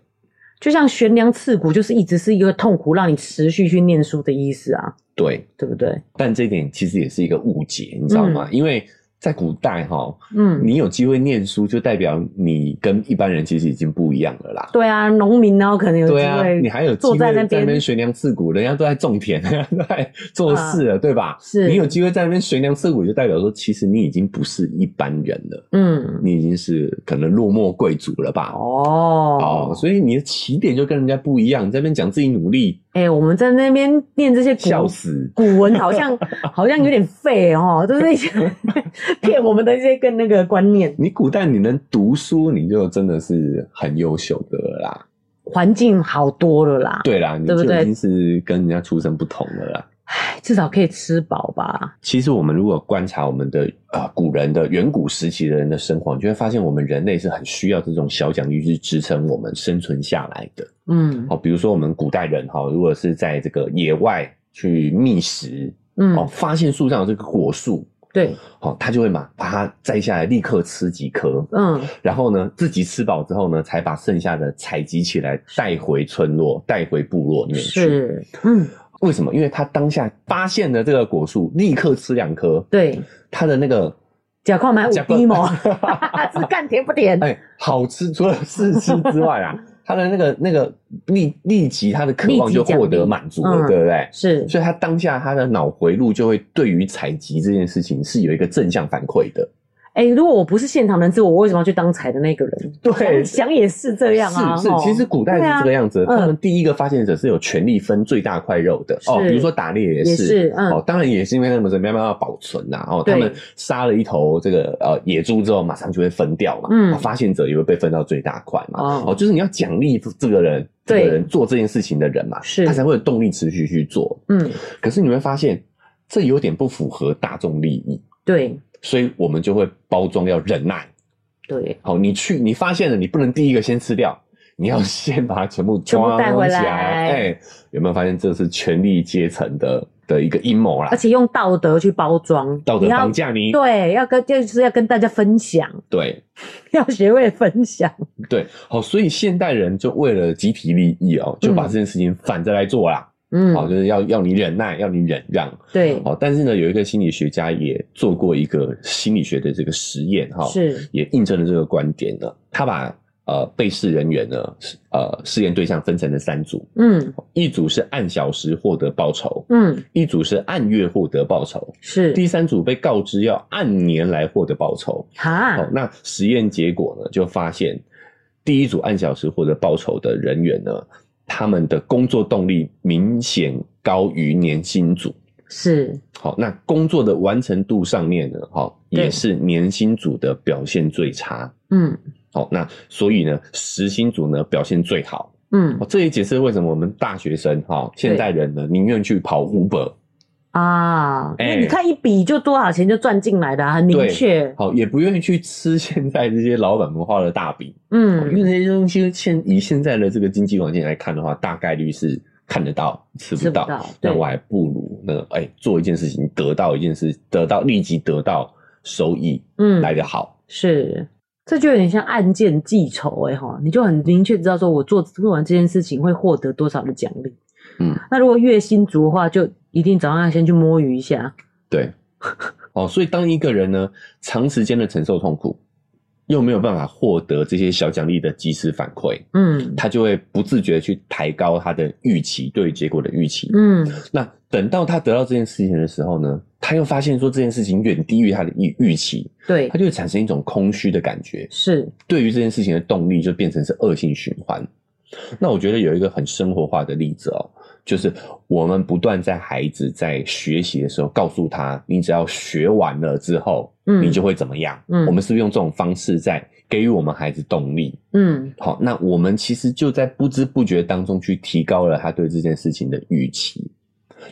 [SPEAKER 1] 就像悬梁刺股，就是一直是一个痛苦，让你持续去念书的意思啊，
[SPEAKER 2] 对，
[SPEAKER 1] 对不对？
[SPEAKER 2] 但这一点其实也是一个误解，你知道吗？因为在古代哈、
[SPEAKER 1] 嗯，
[SPEAKER 2] 你有机会念书，就代表你跟一般人其实已经不一样了啦。
[SPEAKER 1] 对啊，农民然后可能有机
[SPEAKER 2] 对啊，你
[SPEAKER 1] 会，
[SPEAKER 2] 还有机
[SPEAKER 1] 坐
[SPEAKER 2] 会
[SPEAKER 1] 在那边啊
[SPEAKER 2] 那边悬梁刺股，人家都在种田， 人家都在做事了，对吧？
[SPEAKER 1] 是
[SPEAKER 2] 你有机会在那边悬梁刺股，就代表说，其实你已经不是一般人了，
[SPEAKER 1] 嗯，
[SPEAKER 2] 你已经是可能落寞贵族了吧？哦
[SPEAKER 1] 哦，，
[SPEAKER 2] 所以你的起点就跟人家不一样，你在那边讲自己努力，
[SPEAKER 1] 哎，我们在那边念这些
[SPEAKER 2] 笑
[SPEAKER 1] 古
[SPEAKER 2] 死。
[SPEAKER 1] 古文好 像好像有点废哦，就是一些骗我们的一些跟那个观念。
[SPEAKER 2] 你古代你能读书，你就真的是很优秀的了啦。
[SPEAKER 1] 环境好多了啦，
[SPEAKER 2] 对啦，你
[SPEAKER 1] 对
[SPEAKER 2] 就
[SPEAKER 1] 不对
[SPEAKER 2] 已经是跟人家出身不同了啦。
[SPEAKER 1] 唉，至少可以吃饱吧。
[SPEAKER 2] 其实我们如果观察我们的呃古人的远古时期的人的生活，你就会发现我们人类是很需要这种小奖励去支撑我们生存下来的。哦
[SPEAKER 1] 嗯
[SPEAKER 2] 好、比如说我们古代人哈、如果是在这个野外去觅食，哦，
[SPEAKER 1] 嗯，
[SPEAKER 2] 发现树上有这个果树，
[SPEAKER 1] 对，
[SPEAKER 2] 哦，他就会嘛把它摘下来，立刻吃几颗，
[SPEAKER 1] 嗯，
[SPEAKER 2] 然后呢自己吃饱之后呢，才把剩下的采集起来带回村落，带回部落里面去。
[SPEAKER 1] 是，嗯，
[SPEAKER 2] 为什么？因为他当下发现了这个果树，立刻吃两颗，
[SPEAKER 1] 对，
[SPEAKER 2] 它的那个
[SPEAKER 1] 甲矿买五
[SPEAKER 2] 甲矿
[SPEAKER 1] 滴嘛， 是看甜不甜？
[SPEAKER 2] 哎，好吃，除了试吃之 外啊，它的那个那个立立即它的渴望就获得满足
[SPEAKER 1] 立即奖嗯
[SPEAKER 2] 了，
[SPEAKER 1] 励
[SPEAKER 2] 对不对？
[SPEAKER 1] 是，
[SPEAKER 2] 所以他当下他的脑回路就会对于采集这件事情是有一个正向反馈的，
[SPEAKER 1] 哎，如果我不是现场人质，我为什么要去当采的那个人？
[SPEAKER 2] 对
[SPEAKER 1] 想想也是这样啊。
[SPEAKER 2] 是是
[SPEAKER 1] 吼，
[SPEAKER 2] 其实古代
[SPEAKER 1] 对啊
[SPEAKER 2] 是这个样子的，
[SPEAKER 1] 嗯
[SPEAKER 2] 他们第一个发现者是有权利分最大块肉的哦，
[SPEAKER 1] 是
[SPEAKER 2] 比如说打猎也
[SPEAKER 1] 也
[SPEAKER 2] 是，
[SPEAKER 1] 是，嗯，
[SPEAKER 2] 哦，当然也是因为他们怎么样要保存呐、哦，
[SPEAKER 1] 对
[SPEAKER 2] 他们杀了一头这个呃野猪之后，马上就会分掉嘛，
[SPEAKER 1] 嗯
[SPEAKER 2] 哦发现者也会被分到最大块嘛，
[SPEAKER 1] 哦
[SPEAKER 2] 哦就是你要奖励这个人，这
[SPEAKER 1] 对
[SPEAKER 2] 个人做这件事情的人嘛，
[SPEAKER 1] 是
[SPEAKER 2] 他才会有动力持续去做。
[SPEAKER 1] 嗯，
[SPEAKER 2] 可是你会发现，这有点不符合大众利益，
[SPEAKER 1] 对
[SPEAKER 2] 所以我们就会包装要忍耐。哦
[SPEAKER 1] 对，
[SPEAKER 2] 好，你去，你发现了，你不能第一个先吃掉，你要先把它全部
[SPEAKER 1] 嗯全部
[SPEAKER 2] 装
[SPEAKER 1] 带回
[SPEAKER 2] 起
[SPEAKER 1] 来
[SPEAKER 2] 哎，有没有发现这是权力阶层的的一个阴谋啦
[SPEAKER 1] 而？且用道德去包装，
[SPEAKER 2] 道德
[SPEAKER 1] 你要
[SPEAKER 2] 绑架你，
[SPEAKER 1] 对，要跟就是要跟大家分享，
[SPEAKER 2] 对
[SPEAKER 1] 要学会分享。
[SPEAKER 2] 对，好，所以现代人就为了集体利益哦，就把
[SPEAKER 1] 嗯
[SPEAKER 2] 这件事情反着来做啦。
[SPEAKER 1] 嗯，
[SPEAKER 2] 好，就是要要你忍耐，要你忍让。
[SPEAKER 1] 对，
[SPEAKER 2] 好，但是呢，有一个心理学家也做过一个心理学的这个实验哈，
[SPEAKER 1] 是
[SPEAKER 2] 也印证了这个观点呢。他把呃被试人员呢，是呃试验对象分成了三组，
[SPEAKER 1] 嗯
[SPEAKER 2] 一组是按小时获得报酬，
[SPEAKER 1] 嗯
[SPEAKER 2] 一组是按月获得报酬，
[SPEAKER 1] 是
[SPEAKER 2] 第三组被告知要按年来获得报酬。
[SPEAKER 1] 哈
[SPEAKER 2] 好，那实验结果呢，就发现第一组按小时获得报酬的人员呢，他们的工作动力明显高于年薪组。
[SPEAKER 1] 是
[SPEAKER 2] 好，那工作的完成度上面呢，好
[SPEAKER 1] 对
[SPEAKER 2] 也是年薪组的表现最差。
[SPEAKER 1] 嗯
[SPEAKER 2] 好，那所以呢，时薪组呢表现最好。
[SPEAKER 1] 嗯
[SPEAKER 2] 哦，这也解释为什么我们大学生哈，现代人呢宁愿去跑 Uber，
[SPEAKER 1] 啊，因
[SPEAKER 2] 哎
[SPEAKER 1] 为你看一笔就多少钱就赚进来的啊，很明
[SPEAKER 2] 对
[SPEAKER 1] 确。
[SPEAKER 2] 好，也不愿意去吃现在这些老板们花的大饼，哦因
[SPEAKER 1] 嗯，
[SPEAKER 2] 为这些东西现以现在的这个经济环境来看的话，大概率是看得到吃
[SPEAKER 1] 吃
[SPEAKER 2] 不
[SPEAKER 1] 不
[SPEAKER 2] 到，
[SPEAKER 1] 到对
[SPEAKER 2] 那我还不如呢，哎、做一件事情得到一件事，得到立即得到收益，
[SPEAKER 1] 嗯
[SPEAKER 2] 来得好。
[SPEAKER 1] 是，这就有点像案件记仇哎、哈，你就很明确知道说我做做完这件事情会获得多少的奖励。
[SPEAKER 2] 嗯，
[SPEAKER 1] 那如果月薪族的话，就一定早上要先去摸鱼一下。
[SPEAKER 2] 对， 哦，所以当一个人呢，长时间的承受痛苦，又没有办法获得这些小奖励的及时反馈，
[SPEAKER 1] 嗯
[SPEAKER 2] 他就会不自觉地去抬高他的预期，对于结果的预期。
[SPEAKER 1] 嗯，
[SPEAKER 2] 那等到他得到这件事情的时候呢，他又发现说这件事情远低于他的预预期，
[SPEAKER 1] 对
[SPEAKER 2] 他，就会产生一种空虚的感觉，
[SPEAKER 1] 是
[SPEAKER 2] 对于这件事情的动力就变成是恶性循环。那我觉得有一个很生活化的例子哦，就是我们不断在孩子在学习的时候告诉他，你只要学完了之后，
[SPEAKER 1] 嗯
[SPEAKER 2] 你就会怎么样。
[SPEAKER 1] 嗯
[SPEAKER 2] 我们是不是用这种方式在给予我们孩子动力？
[SPEAKER 1] 嗯
[SPEAKER 2] 好，那我们其实就在不知不觉当中去提高了他对这件事情的预期，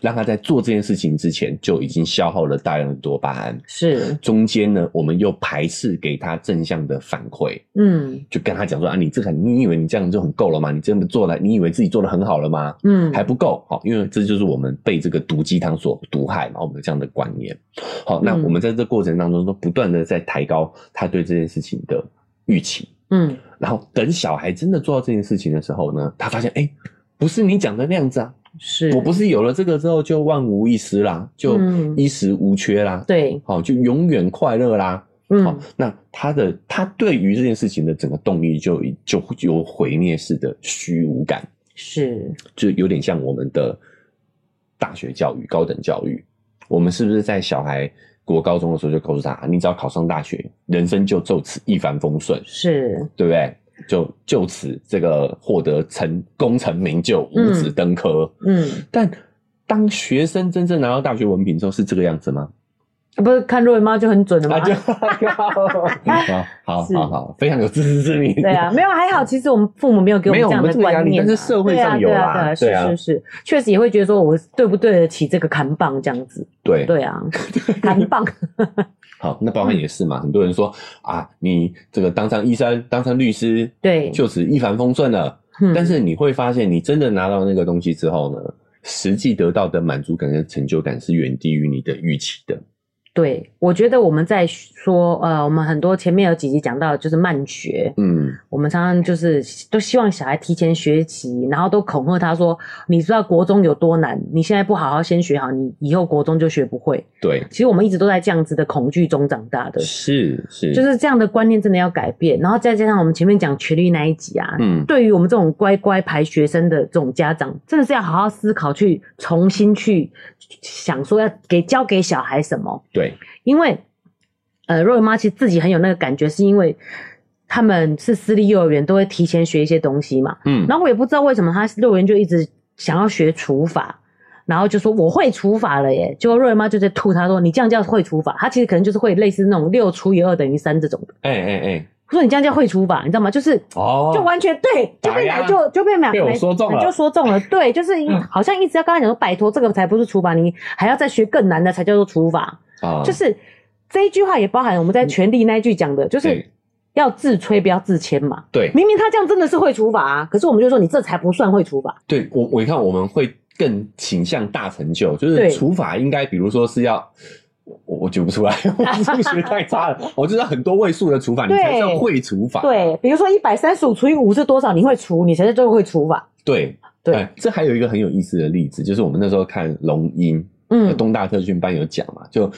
[SPEAKER 2] 让他在做这件事情之前就已经消耗了大量的多巴胺。
[SPEAKER 1] 是
[SPEAKER 2] 中间呢，我们又排斥给他正向的反馈，
[SPEAKER 1] 嗯
[SPEAKER 2] 就跟他讲说啊，你这个你以为你这样就很够了吗？你真的做了，你以为自己做的很好了吗？
[SPEAKER 1] 嗯
[SPEAKER 2] 还不够好，因为这就是我们被这个毒鸡汤所毒害嘛，我们有这样的观念。好，那
[SPEAKER 1] 嗯
[SPEAKER 2] 我们在这过程当中都不断的在抬高他对这件事情的预期，
[SPEAKER 1] 嗯
[SPEAKER 2] 然后等小孩真的做到这件事情的时候呢，他发现哎、诶不是你讲的那样子啊，
[SPEAKER 1] 是，
[SPEAKER 2] 我不是有了这个之后就万无一失啦，就
[SPEAKER 1] 嗯
[SPEAKER 2] 衣食无缺啦，
[SPEAKER 1] 对
[SPEAKER 2] 好、就永远快乐啦。好、
[SPEAKER 1] 嗯
[SPEAKER 2] 那他的他对于这件事情的整个动力就已就有毁灭式的虚无感，
[SPEAKER 1] 是
[SPEAKER 2] 就有点像我们的大学教育、高等教育，我们是不是在小孩国高中的时候就告诉他，你只要考上大学，人生就就此一帆风顺，
[SPEAKER 1] 是
[SPEAKER 2] 对不对？就就此这个获得成功成名就，五
[SPEAKER 1] 嗯
[SPEAKER 2] 子登科。
[SPEAKER 1] 嗯，
[SPEAKER 2] 但当学生真正拿到大学文凭之后，是这个 样子吗？
[SPEAKER 1] 啊不是看若瑞妈就很准了吗
[SPEAKER 2] 啊，？就好好
[SPEAKER 1] 是
[SPEAKER 2] 好好，非常有自知之明。
[SPEAKER 1] 对啊，没有还好，其实我们父母没有给我
[SPEAKER 2] 没有
[SPEAKER 1] 这样
[SPEAKER 2] 我们
[SPEAKER 1] 的
[SPEAKER 2] 这个压
[SPEAKER 1] 观
[SPEAKER 2] 力
[SPEAKER 1] 念啊、
[SPEAKER 2] 但是社会上有
[SPEAKER 1] 对
[SPEAKER 2] 啦
[SPEAKER 1] 啊，对
[SPEAKER 2] 对
[SPEAKER 1] 啊，
[SPEAKER 2] 啊
[SPEAKER 1] 是是是，确实也会觉得说我对不对得起这个扛棒这样子，
[SPEAKER 2] 对
[SPEAKER 1] 对啊，扛 棒，
[SPEAKER 2] 好，那包含
[SPEAKER 1] 嗯
[SPEAKER 2] 也是嘛，很多人说啊，你这个当上医生、当上律师，
[SPEAKER 1] 对
[SPEAKER 2] 就此一帆风顺
[SPEAKER 1] 嗯
[SPEAKER 2] 了。但是你会发现，你真的拿到那个东西之后呢，实际得到的满足感跟成就感是远低于你的预期的。
[SPEAKER 1] 对，我觉得我们在说呃，我们很多前面有几集讲到就是慢学，
[SPEAKER 2] 嗯，
[SPEAKER 1] 我们常常就是都希望小孩提前学习，然后都恐吓他说，你知道国中有多难，你现在不好好先学好，你以后国中就学不会。
[SPEAKER 2] 对，
[SPEAKER 1] 其实我们一直都在这样子的恐惧中长大的，
[SPEAKER 2] 是是，
[SPEAKER 1] 就是这样的观念真的要改变。然后再加上我们前面讲权力那一集啊，
[SPEAKER 2] 嗯，
[SPEAKER 1] 对于我们这种乖乖牌学生的这种家长，真的是要好好思考，去重新去想说要给教给小孩什么。
[SPEAKER 2] 对，
[SPEAKER 1] 因为呃，若瑞妈其实自己很有那个感觉，是因为他们是私立幼儿园都会提前学一些东西嘛。
[SPEAKER 2] 嗯，
[SPEAKER 1] 然后我也不知道为什么他幼儿园就一直想要学除法。然后就说我会除法了耶，结果瑞妈就在吐，她说你这样叫会除法，她其实可能就是会类似那种六除以二等于三这种的。
[SPEAKER 2] 哎哎哎，
[SPEAKER 1] 我说你这样叫会除法，你知道吗？就是
[SPEAKER 2] 哦，
[SPEAKER 1] 就完全对，就被
[SPEAKER 2] 打
[SPEAKER 1] 买
[SPEAKER 2] 压
[SPEAKER 1] 就就被买，
[SPEAKER 2] 被我说中了嗯
[SPEAKER 1] 就说中了，对，就是好像一直要跟他讲说，拜托，这个才不是除法，你还要再学更难的才叫做除法，
[SPEAKER 2] 啊，
[SPEAKER 1] 就是这一句话也包含我们在权力那一句讲的，就是
[SPEAKER 2] 对
[SPEAKER 1] 要自吹不要自谦嘛。
[SPEAKER 2] 对
[SPEAKER 1] 明明他这样真的是会处罚、啊，可是我们就说你这才不算会处罚。
[SPEAKER 2] 对，我我一看我们会更倾向大成就，就
[SPEAKER 1] 对
[SPEAKER 2] 是除法应该比如说是要。我我举不出来， 我数学太差了。我知道很多位数的除法，你才
[SPEAKER 1] 对
[SPEAKER 2] 叫会除法。
[SPEAKER 1] 对，比如说一百三十五除以五是多少，你会除，你才是最会除法。
[SPEAKER 2] 对
[SPEAKER 1] 对
[SPEAKER 2] 哎这还有一个很有意思的例子，就是我们那时候看龙英，
[SPEAKER 1] 嗯，
[SPEAKER 2] 东大特训班有讲嘛，就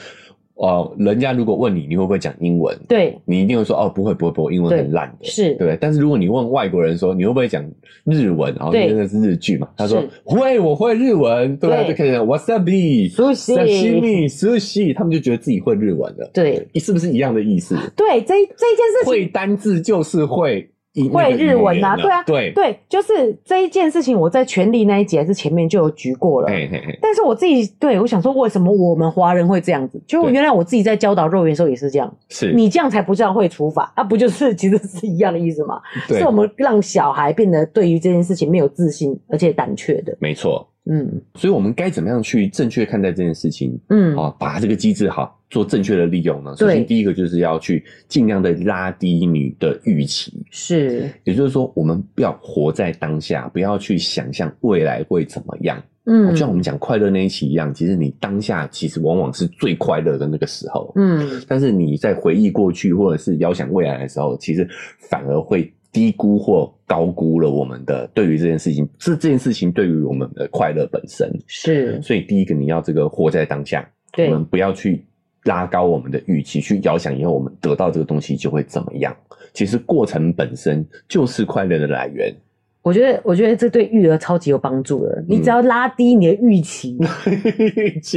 [SPEAKER 2] 呃，人家如果问你你会不会讲英文，
[SPEAKER 1] 对，
[SPEAKER 2] 你一定会说哦，不会不会不会，英文
[SPEAKER 1] 对
[SPEAKER 2] 很烂的，
[SPEAKER 1] 是
[SPEAKER 2] 对不对？但是如果你问外国人说你会不会讲日文，然后
[SPEAKER 1] 对
[SPEAKER 2] 那个是日剧嘛，他说
[SPEAKER 1] 是
[SPEAKER 2] 会，我会日文，对不对？
[SPEAKER 1] 对
[SPEAKER 2] 就开始 wasabi、
[SPEAKER 1] Sushi
[SPEAKER 2] sashimi、sushi，他们就觉得自己会日文了，
[SPEAKER 1] 对
[SPEAKER 2] 是不是一样的 意思？
[SPEAKER 1] 对，这一这一件事情
[SPEAKER 2] 会单字就是会一
[SPEAKER 1] 会
[SPEAKER 2] 那个语
[SPEAKER 1] 日文
[SPEAKER 2] 言
[SPEAKER 1] 啊对啊
[SPEAKER 2] 对
[SPEAKER 1] 对，就是这一件事情，我在权力那一集还是前面就有举过了。
[SPEAKER 2] 嘿嘿嘿，
[SPEAKER 1] 但是我自己对我想说，为什么我们华人会这样子？就
[SPEAKER 2] 对
[SPEAKER 1] 原来我自己在教导肉圆的时候也是这样，
[SPEAKER 2] 是
[SPEAKER 1] 你这样才不叫会除法，啊，不就是其实是一样的意思吗？
[SPEAKER 2] 对
[SPEAKER 1] 是我们让小孩变得对于这件事情没有自信，而且胆怯的。
[SPEAKER 2] 没错。
[SPEAKER 1] 嗯
[SPEAKER 2] 所以我们该怎么样去正确看待这件事情？
[SPEAKER 1] 嗯，
[SPEAKER 2] 啊，把这个机制好做正确的利用呢？首
[SPEAKER 1] 对
[SPEAKER 2] 先，第一个就是要去尽量的拉低你的预期，
[SPEAKER 1] 是，
[SPEAKER 2] 也就是说，我们不要活在当下，不要去想象未来会怎么样。
[SPEAKER 1] 嗯，
[SPEAKER 2] 就像我们讲快乐那一期一样，其实你当下其实往往是最快乐的那个时候，
[SPEAKER 1] 嗯
[SPEAKER 2] 但是你在回忆过去或者是遥想未来的时候，其实反而会低估或高估了我们的对于这件事情，是这件事情对于我们的快乐本身。
[SPEAKER 1] 是，
[SPEAKER 2] 所以第一个，你要这个活在当下，我
[SPEAKER 1] 对
[SPEAKER 2] 们不要去拉高我们的预期，去遥想以后我们得到这个东西就会怎么样。其实过程本身就是快乐的来 源，
[SPEAKER 1] 我觉得我觉得这对育儿超级有帮助的。你只要拉低你的预期，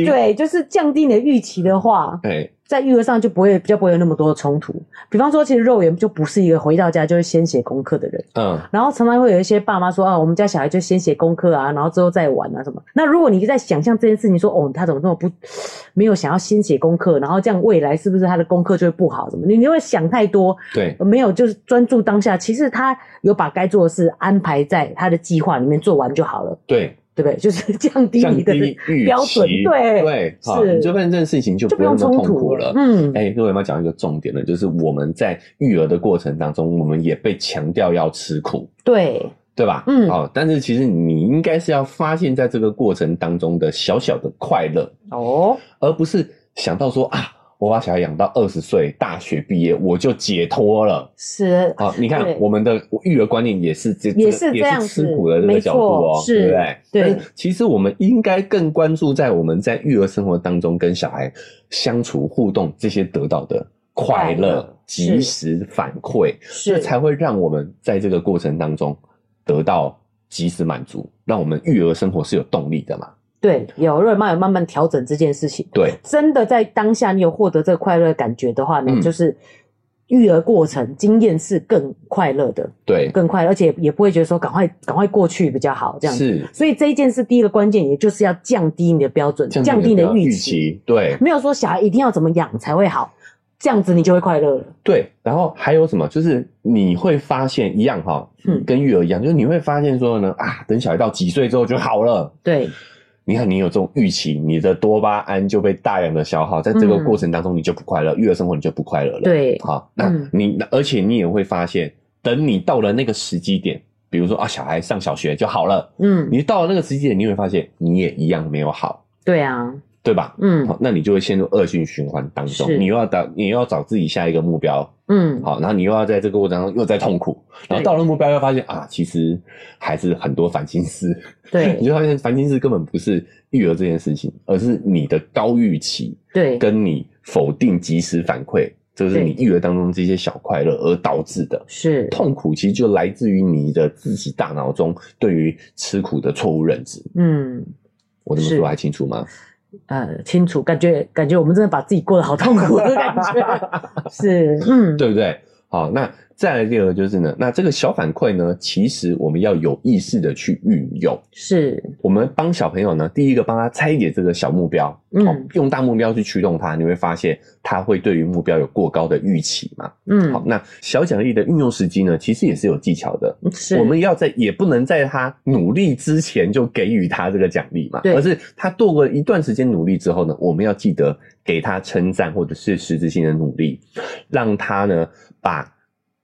[SPEAKER 1] 对，就是降低你的预期的话，
[SPEAKER 2] 哎，
[SPEAKER 1] 在育儿上就不会比较不会有那么多的冲突。比方说，其实肉圆就不是一个回到家就会先写功课的人，
[SPEAKER 2] 嗯，
[SPEAKER 1] 然后常常会有一些爸妈说啊，我们家小孩就先写功课啊，然后之后再玩啊什么。那如果你在想象这件事情说，哦，他怎么这么不没有想要先写功课，然后这样未来是不是他的功课就会不好什么？你你会想太多，
[SPEAKER 2] 对，
[SPEAKER 1] 没有就是专注当下。其实他有把该做的事安排在他的计划里面做完就好了，
[SPEAKER 2] 对，
[SPEAKER 1] 对不对？就是降低
[SPEAKER 2] 降
[SPEAKER 1] 你的
[SPEAKER 2] 低预期，
[SPEAKER 1] 标准，对，
[SPEAKER 2] 对，好，
[SPEAKER 1] 是
[SPEAKER 2] 你就认这件事情就
[SPEAKER 1] 就不
[SPEAKER 2] 不用
[SPEAKER 1] 用
[SPEAKER 2] 那么
[SPEAKER 1] 冲
[SPEAKER 2] 痛
[SPEAKER 1] 突
[SPEAKER 2] 苦了。
[SPEAKER 1] 嗯，
[SPEAKER 2] 哎，各位有没有讲一个重点呢？就是我们在育儿的过程当中，我们也被强调要吃苦，
[SPEAKER 1] 对，
[SPEAKER 2] 对吧？
[SPEAKER 1] 嗯
[SPEAKER 2] 好、但是其实你应该是要发现在这个过程当中的小小的快乐，
[SPEAKER 1] 哦，
[SPEAKER 2] 而不是想到说啊，我把小孩养到二十岁，大学毕业我就解脱了。
[SPEAKER 1] 是，
[SPEAKER 2] 好、你看
[SPEAKER 1] 对
[SPEAKER 2] 我们的育儿观念也是这
[SPEAKER 1] 也
[SPEAKER 2] 这个
[SPEAKER 1] 是这
[SPEAKER 2] 也
[SPEAKER 1] 样
[SPEAKER 2] 是
[SPEAKER 1] 子
[SPEAKER 2] 吃苦的这个
[SPEAKER 1] 没
[SPEAKER 2] 角度
[SPEAKER 1] 错
[SPEAKER 2] 哦，
[SPEAKER 1] 是
[SPEAKER 2] 对不对？
[SPEAKER 1] 对
[SPEAKER 2] 但是其实我们应该更关注在我们在育儿生活当中跟小孩相处互动这些得到的快
[SPEAKER 1] 快
[SPEAKER 2] 乐
[SPEAKER 1] 乐、
[SPEAKER 2] 及
[SPEAKER 1] 是
[SPEAKER 2] 时反馈，这
[SPEAKER 1] 是
[SPEAKER 2] 才会让我们在这个过程当中得到及时满足，让我们育儿生活是有动力的嘛？
[SPEAKER 1] 对，有瑞妈有慢慢调整这件事情。
[SPEAKER 2] 对，
[SPEAKER 1] 真的在当下你有获得这个快乐的感觉的话呢，
[SPEAKER 2] 嗯
[SPEAKER 1] 就是育儿过程经验是更快乐的，
[SPEAKER 2] 对，
[SPEAKER 1] 更快乐，而且也不会觉得说赶快赶快过去比较好这样子。
[SPEAKER 2] 是
[SPEAKER 1] 所以这一件事第一个关键，也就是要降低你的标准，降低你的
[SPEAKER 2] 预
[SPEAKER 1] 预期，
[SPEAKER 2] 期，对
[SPEAKER 1] 没有说小孩一定要怎么养才会好，这样子你就会快乐了。
[SPEAKER 2] 对。然后还有什么？就是你会发现一样哈，
[SPEAKER 1] 嗯
[SPEAKER 2] 跟育儿一样，就是你会发现说呢啊，等小孩到几岁之后就好了。
[SPEAKER 1] 对，
[SPEAKER 2] 你看，你有这种预期，你的多巴胺就被大量的消耗，在这个
[SPEAKER 1] 嗯
[SPEAKER 2] 过程当中，你就不快乐，育儿生活你就不快乐了。
[SPEAKER 1] 对
[SPEAKER 2] 好，那
[SPEAKER 1] 嗯
[SPEAKER 2] 你、而且你也会发现，等你到了那个时机点，比如说啊，小孩上小学就好了，
[SPEAKER 1] 嗯，
[SPEAKER 2] 你到了那个时机点，你会发现你也一样没有好，
[SPEAKER 1] 对啊，
[SPEAKER 2] 对吧？
[SPEAKER 1] 嗯
[SPEAKER 2] 好，那你就会陷入恶性循环当中
[SPEAKER 1] 是，
[SPEAKER 2] 你又要找，你又要找自己下一个目标，
[SPEAKER 1] 嗯，
[SPEAKER 2] 好，然后你又要在这个过程当中又在痛苦，然后
[SPEAKER 1] 对
[SPEAKER 2] 到了目标又发现啊，其实还是很多烦心事， 你
[SPEAKER 1] 对
[SPEAKER 2] 就发现烦心事根本不是育儿这件事情，而是你的高预期
[SPEAKER 1] 对
[SPEAKER 2] 跟你否定及时反馈，这是
[SPEAKER 1] 对
[SPEAKER 2] 你育儿当中这些小快乐而导致的。
[SPEAKER 1] 是，
[SPEAKER 2] 痛苦其实就来自于你的自己大脑中对于吃苦的错误认知。
[SPEAKER 1] 嗯。
[SPEAKER 2] 我这么
[SPEAKER 1] 是
[SPEAKER 2] 说还清楚吗？
[SPEAKER 1] 呃清楚，感觉感觉我们真的把自己过得好痛苦的感 觉，是嗯
[SPEAKER 2] 对不对？好，那再来第二个就是呢，那这个小反馈呢，其实我们要有意识的去运用。
[SPEAKER 1] 是
[SPEAKER 2] 我们帮小朋友呢，第一个帮他拆解这个小目标，
[SPEAKER 1] 嗯
[SPEAKER 2] 哦，用大目标去驱动他，你会发现他会对于目标有过高的预期嘛。好，
[SPEAKER 1] 嗯
[SPEAKER 2] 那小奖励的运用时机呢，其实也是有技巧的。
[SPEAKER 1] 是
[SPEAKER 2] 我们要在也不能在他努力之前就给予他这个奖励嘛，
[SPEAKER 1] 对
[SPEAKER 2] 而是他度过一段时间努力之后呢，我们要记得给他称赞或者是实质性的努力，让他呢把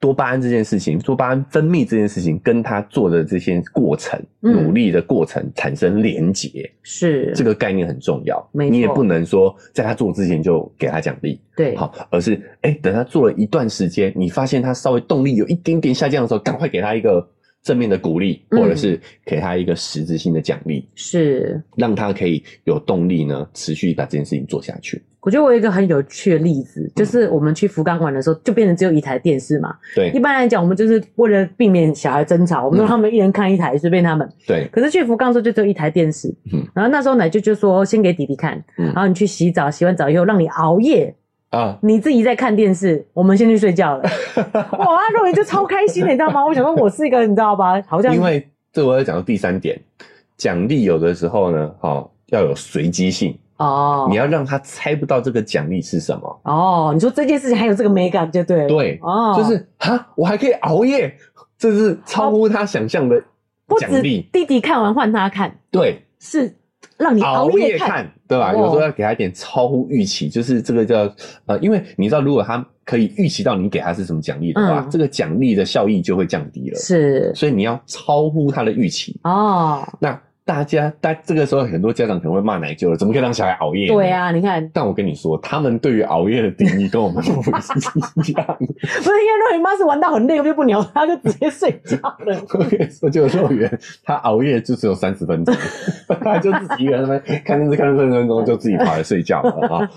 [SPEAKER 2] 多巴胺这件事情，多巴胺分泌这件事情，跟他做的这些过程、
[SPEAKER 1] 嗯
[SPEAKER 2] 努力的过程产生连结，
[SPEAKER 1] 是
[SPEAKER 2] 这个概念很重要。
[SPEAKER 1] 没错
[SPEAKER 2] 你也不能说在他做之前就给他奖励，
[SPEAKER 1] 对，
[SPEAKER 2] 好，而是哎、诶等他做了一段时间，你发现他稍微动力有一点点下降的时候，赶快给他一个正面的鼓励，
[SPEAKER 1] 嗯
[SPEAKER 2] 或者是给他一个实质性的奖励，
[SPEAKER 1] 是。
[SPEAKER 2] 让他可以有动力呢，持续把这件事情做下去。
[SPEAKER 1] 我觉得我有一个很有趣的例子，就是我们去福冈玩的时候，就变成只有一台电视嘛。一
[SPEAKER 2] 对
[SPEAKER 1] 般来讲，我们就是为了避免小孩争吵，我们
[SPEAKER 2] 嗯
[SPEAKER 1] 让他们一人看一台，随便他们。
[SPEAKER 2] 对，
[SPEAKER 1] 可是去福冈的时候就只有一台电视，
[SPEAKER 2] 嗯
[SPEAKER 1] 然后那时候奶舅就说先给弟弟看，
[SPEAKER 2] 嗯
[SPEAKER 1] 然后你去洗澡，洗完澡以后让你熬夜，
[SPEAKER 2] 啊，
[SPEAKER 1] 你自己在看电视，我们先去睡 觉了。哇，他肉圆就超开心的，你知道吗？我想说我是一个，你知道吧？好像
[SPEAKER 2] 因为这我要讲到第三点，奖励有的时候呢，哦，要有随机性，
[SPEAKER 1] 哦，
[SPEAKER 2] 你要让他猜不到这个奖励是什么。
[SPEAKER 1] 哦，你说这件事情还有这个美感就对了，
[SPEAKER 2] 对，
[SPEAKER 1] 哦，
[SPEAKER 2] 就是哈，我还可以熬夜，这是超乎他想象的
[SPEAKER 1] 不
[SPEAKER 2] 奖
[SPEAKER 1] 止
[SPEAKER 2] 励。
[SPEAKER 1] 弟弟看完换他看，
[SPEAKER 2] 对，
[SPEAKER 1] 是让你
[SPEAKER 2] 熬
[SPEAKER 1] 夜
[SPEAKER 2] 夜看，对吧？
[SPEAKER 1] 哦
[SPEAKER 2] 有时候要给他一点超乎预期，就是这个叫呃，因为你知道，如果他可以预期到你给他是什么奖励的话，
[SPEAKER 1] 嗯
[SPEAKER 2] 这个奖励的效益就会降低了。
[SPEAKER 1] 是
[SPEAKER 2] 所以你要超乎他的预期。
[SPEAKER 1] 哦，
[SPEAKER 2] 那大家，大这个时候很多家长可能会骂奶舅了，怎么可以让小孩熬夜？
[SPEAKER 1] 对。啊，你看，
[SPEAKER 2] 但我跟你说，他们对于熬夜的定义跟我们不一样。
[SPEAKER 1] 不是因为肉圆妈是玩到很累，我就不鸟他，就直接睡觉 了。
[SPEAKER 2] 我跟你说，就幼儿园他熬夜就只有三 十分钟，他就自己一个人在那边看电视看三十分钟，就自己跑来睡觉了 啊！哦，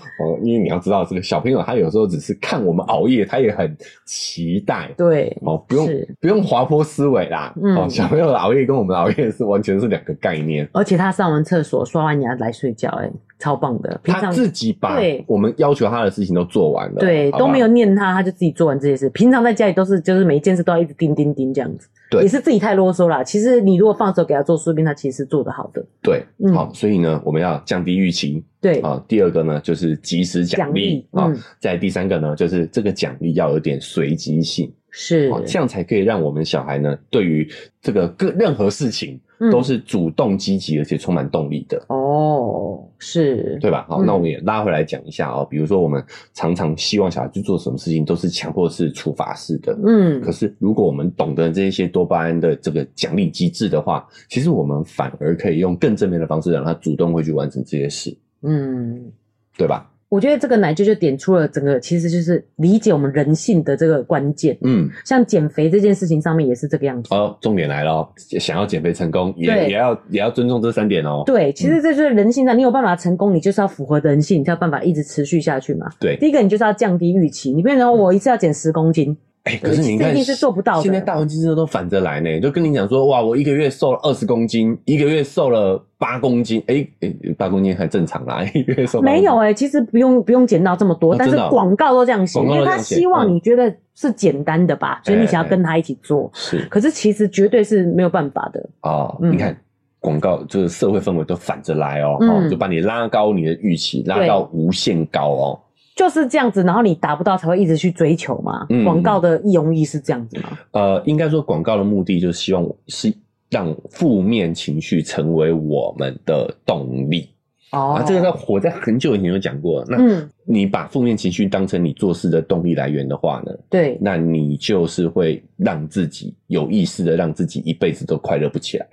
[SPEAKER 2] 因为你要知道，这个小朋友他有时候只是看我们熬夜，他也很期待。
[SPEAKER 1] 对，
[SPEAKER 2] 哦，不用
[SPEAKER 1] 是
[SPEAKER 2] 不用滑坡思维啦。
[SPEAKER 1] 嗯
[SPEAKER 2] 哦，小朋友的熬夜跟我们的熬夜是完全是两个概念。
[SPEAKER 1] 而且他上完厕所刷完牙来睡觉、哎，超棒的。平
[SPEAKER 2] 他
[SPEAKER 1] 常
[SPEAKER 2] 自己把
[SPEAKER 1] 对
[SPEAKER 2] 我们要求他的事情都做完了，
[SPEAKER 1] 对
[SPEAKER 2] 好吧
[SPEAKER 1] 都没有念他，他就自己做完这些事。平常在家里都是就是每一件事都要一直叮叮叮这样子，
[SPEAKER 2] 对
[SPEAKER 1] 也是自己太啰嗦啦。其实你如果放手给他做，说不定他其实是做得好的。
[SPEAKER 2] 对
[SPEAKER 1] 嗯。
[SPEAKER 2] 好，所以呢，我们要降低预期，
[SPEAKER 1] 对，
[SPEAKER 2] 啊，第二个呢就是及时奖励
[SPEAKER 1] 奖
[SPEAKER 2] 啊
[SPEAKER 1] 励嗯，
[SPEAKER 2] 再第三个呢就是这个奖励要有点随机性
[SPEAKER 1] 是
[SPEAKER 2] 啊，这样才可以让我们小孩呢对于这个各任何事情
[SPEAKER 1] 嗯
[SPEAKER 2] 都是主动积极而且充满动力的。
[SPEAKER 1] 哦，是，
[SPEAKER 2] 对吧？好，
[SPEAKER 1] 嗯
[SPEAKER 2] 那我们也拉回来讲一下哦。比如说，我们常常希望小孩去做什么事情都是强迫式、处罚式的。
[SPEAKER 1] 嗯
[SPEAKER 2] 可，是，如果我们懂得这些多巴胺的这个奖励机制的话，其实我们反而可以用更正面的方式，让他主动会去完成这些事，
[SPEAKER 1] 嗯。
[SPEAKER 2] 对吧？
[SPEAKER 1] 我觉得这个奶舅就点出了整个，其实就是理解我们人性的这个关键。
[SPEAKER 2] 嗯，
[SPEAKER 1] 像减肥这件事情上面也是这个样子。
[SPEAKER 2] 哦，重点来了哦，想要减肥成功，也
[SPEAKER 1] 对
[SPEAKER 2] 也要也要尊重这三点哦。
[SPEAKER 1] 对，其实这就是人性上，你有办法成功，你就是要符合人性，你才有办法一直持续下去嘛。
[SPEAKER 2] 对，
[SPEAKER 1] 第一个，你就是要降低预期，你变
[SPEAKER 2] 嗯
[SPEAKER 1] 成我一次要减十公斤，
[SPEAKER 2] 哎、可是你
[SPEAKER 1] 这
[SPEAKER 2] 看，
[SPEAKER 1] 一定是做不到的
[SPEAKER 2] 现在大环境真的都反着来呢，就跟你讲说，哇，我一个月瘦了二十公斤，一个月瘦了八公斤，哎、哎八、公斤很正常啦， 一个月瘦8公斤
[SPEAKER 1] 没有。哎、其实不用不用减到这么多，
[SPEAKER 2] 哦
[SPEAKER 1] 但是
[SPEAKER 2] 真的哦
[SPEAKER 1] 广告都这样写，
[SPEAKER 2] 广
[SPEAKER 1] 因
[SPEAKER 2] 告
[SPEAKER 1] 为
[SPEAKER 2] 都这
[SPEAKER 1] 他
[SPEAKER 2] 样写
[SPEAKER 1] 希望
[SPEAKER 2] 嗯
[SPEAKER 1] 你觉得是简单的吧，所以你想要
[SPEAKER 2] 哎
[SPEAKER 1] 跟他一起做。
[SPEAKER 2] 是
[SPEAKER 1] 可是其实绝对是没有办法的，
[SPEAKER 2] 哦，
[SPEAKER 1] 嗯
[SPEAKER 2] 你看广告就是社会氛围都反着来哦，
[SPEAKER 1] 嗯
[SPEAKER 2] 哦，就把你拉高你的预期，拉
[SPEAKER 1] 对
[SPEAKER 2] 到无限高哦。
[SPEAKER 1] 就是这样子，然后你达不到才会一直去追求嘛。
[SPEAKER 2] 嗯
[SPEAKER 1] 广告的用意是这样子嘛？
[SPEAKER 2] 呃，应该说广告的目的就是希望我是让负面情绪成为我们的动力。
[SPEAKER 1] 哦，
[SPEAKER 2] 啊，这个在我在很久以前有讲过。那
[SPEAKER 1] 嗯，
[SPEAKER 2] 你把负面情绪当成你做事的动力来源的话呢，
[SPEAKER 1] 对，
[SPEAKER 2] 那你就是会让自己有意识的让自己一辈子都快乐不起来，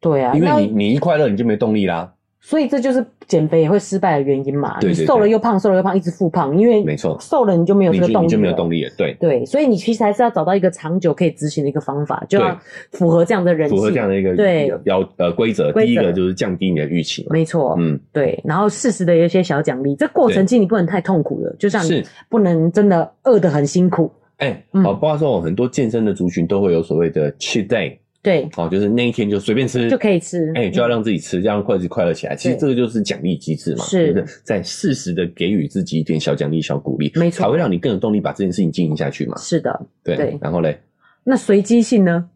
[SPEAKER 1] 对啊，
[SPEAKER 2] 因
[SPEAKER 1] 那
[SPEAKER 2] 为你你一快乐你就没动力啦。
[SPEAKER 1] 所以这就是减肥也会失败的原因嘛。
[SPEAKER 2] 对对
[SPEAKER 1] 你
[SPEAKER 2] 对
[SPEAKER 1] 瘦了又胖，瘦了又胖，一直复胖，因为
[SPEAKER 2] 没错
[SPEAKER 1] 瘦了你就没有
[SPEAKER 2] 你
[SPEAKER 1] 这
[SPEAKER 2] 就
[SPEAKER 1] 个动力，
[SPEAKER 2] 你就没有动。力了，对，
[SPEAKER 1] 对，所以你其实还是要找到一个长久可以执行的一个方法，就要符合这样的人性。
[SPEAKER 2] 符合这样的一个
[SPEAKER 1] 对
[SPEAKER 2] 要呃规则。
[SPEAKER 1] 规则
[SPEAKER 2] 第一个就是降低你的预期嘛，
[SPEAKER 1] 没错，
[SPEAKER 2] 嗯，
[SPEAKER 1] 对。然后适时的有一些小奖励，这过程
[SPEAKER 2] 对
[SPEAKER 1] 其实你不能太痛苦了，就像
[SPEAKER 2] 是
[SPEAKER 1] 不能真的饿得很辛苦。
[SPEAKER 2] 哎，
[SPEAKER 1] 嗯
[SPEAKER 2] 哦，包括说很多健身的族群都会有所谓的 cheat day，
[SPEAKER 1] 对，
[SPEAKER 2] 哦，就是那一天就随便吃
[SPEAKER 1] 就可以吃
[SPEAKER 2] 哎、就要让自己吃，这样快自己快乐起来。其
[SPEAKER 1] 嗯
[SPEAKER 2] 实
[SPEAKER 1] 对
[SPEAKER 2] 这个就是奖励机制嘛，
[SPEAKER 1] 是
[SPEAKER 2] 对不对？在适时的给予自己一点小奖励、小鼓励，
[SPEAKER 1] 没错
[SPEAKER 2] 才会让你更有动力把这件事情进行下去嘛。
[SPEAKER 1] 是的。
[SPEAKER 2] 对，
[SPEAKER 1] 对
[SPEAKER 2] 然后嘞，
[SPEAKER 1] 那随机性呢？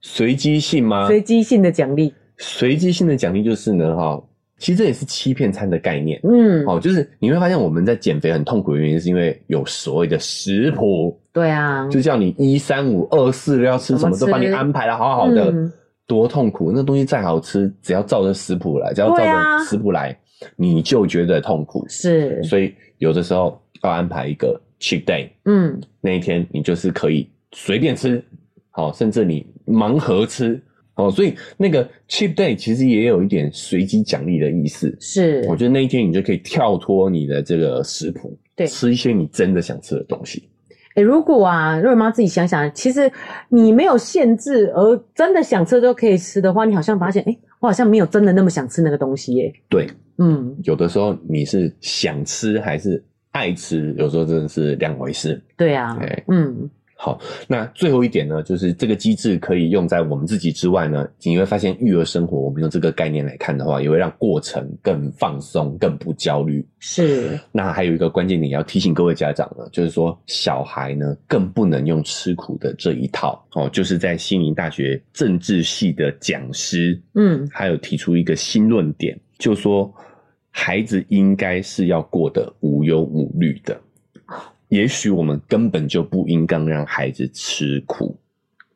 [SPEAKER 2] 随机性吗？
[SPEAKER 1] 随机性的奖励，
[SPEAKER 2] 随机性的奖励就是呢，哈、其实这也是欺骗餐的概念。
[SPEAKER 1] 嗯，
[SPEAKER 2] 哦，就是你会发现我们在减肥很痛苦的原因，是因为有所谓的食谱，
[SPEAKER 1] 对啊，
[SPEAKER 2] 就叫你一三五二四要吃什
[SPEAKER 1] 怎
[SPEAKER 2] 么，
[SPEAKER 1] 么吃
[SPEAKER 2] 都帮你安排的好好的，
[SPEAKER 1] 嗯
[SPEAKER 2] 多痛苦！那东西再好吃，只要照着食谱来，只要照
[SPEAKER 1] 对啊
[SPEAKER 2] 着食谱来，你就觉得痛苦。
[SPEAKER 1] 是，
[SPEAKER 2] 所以有的时候要安排一个 cheat day，
[SPEAKER 1] 嗯，
[SPEAKER 2] 那一天你就是可以随便吃，好、甚至你盲盒吃，哦，所以那个 cheap day 其实也有一点随机奖励的意思。
[SPEAKER 1] 是
[SPEAKER 2] 我觉得那一天你就可以跳脱你的这个食谱，
[SPEAKER 1] 对
[SPEAKER 2] 吃一些你真的想吃的东西。
[SPEAKER 1] 哎、如果啊，瑞文妈自己想想，其实你没有限制，而真的想吃都可以吃的话，你好像发现，哎、我好像没有真的那么想吃那个东西耶。
[SPEAKER 2] 对，
[SPEAKER 1] 嗯，
[SPEAKER 2] 有的时候你是想吃还是爱吃，有时候真的是两回事。
[SPEAKER 1] 对啊
[SPEAKER 2] 对，
[SPEAKER 1] 嗯，
[SPEAKER 2] 好，那最后一点呢，就是这个机制可以用在我们自己之外呢，你会发现育儿生活，我们用这个概念来看的话，也会让过程更放松、更不焦虑。
[SPEAKER 1] 是
[SPEAKER 2] 那还有一个关键点要提醒各位家长呢，就是说小孩呢更不能用吃苦的这一套哦，就是在西宁大学政治系的讲师，
[SPEAKER 1] 嗯，
[SPEAKER 2] 还有提出一个新论点，就说孩子应该是要过得无忧无虑的。也许我们根本就不应该让孩子吃苦。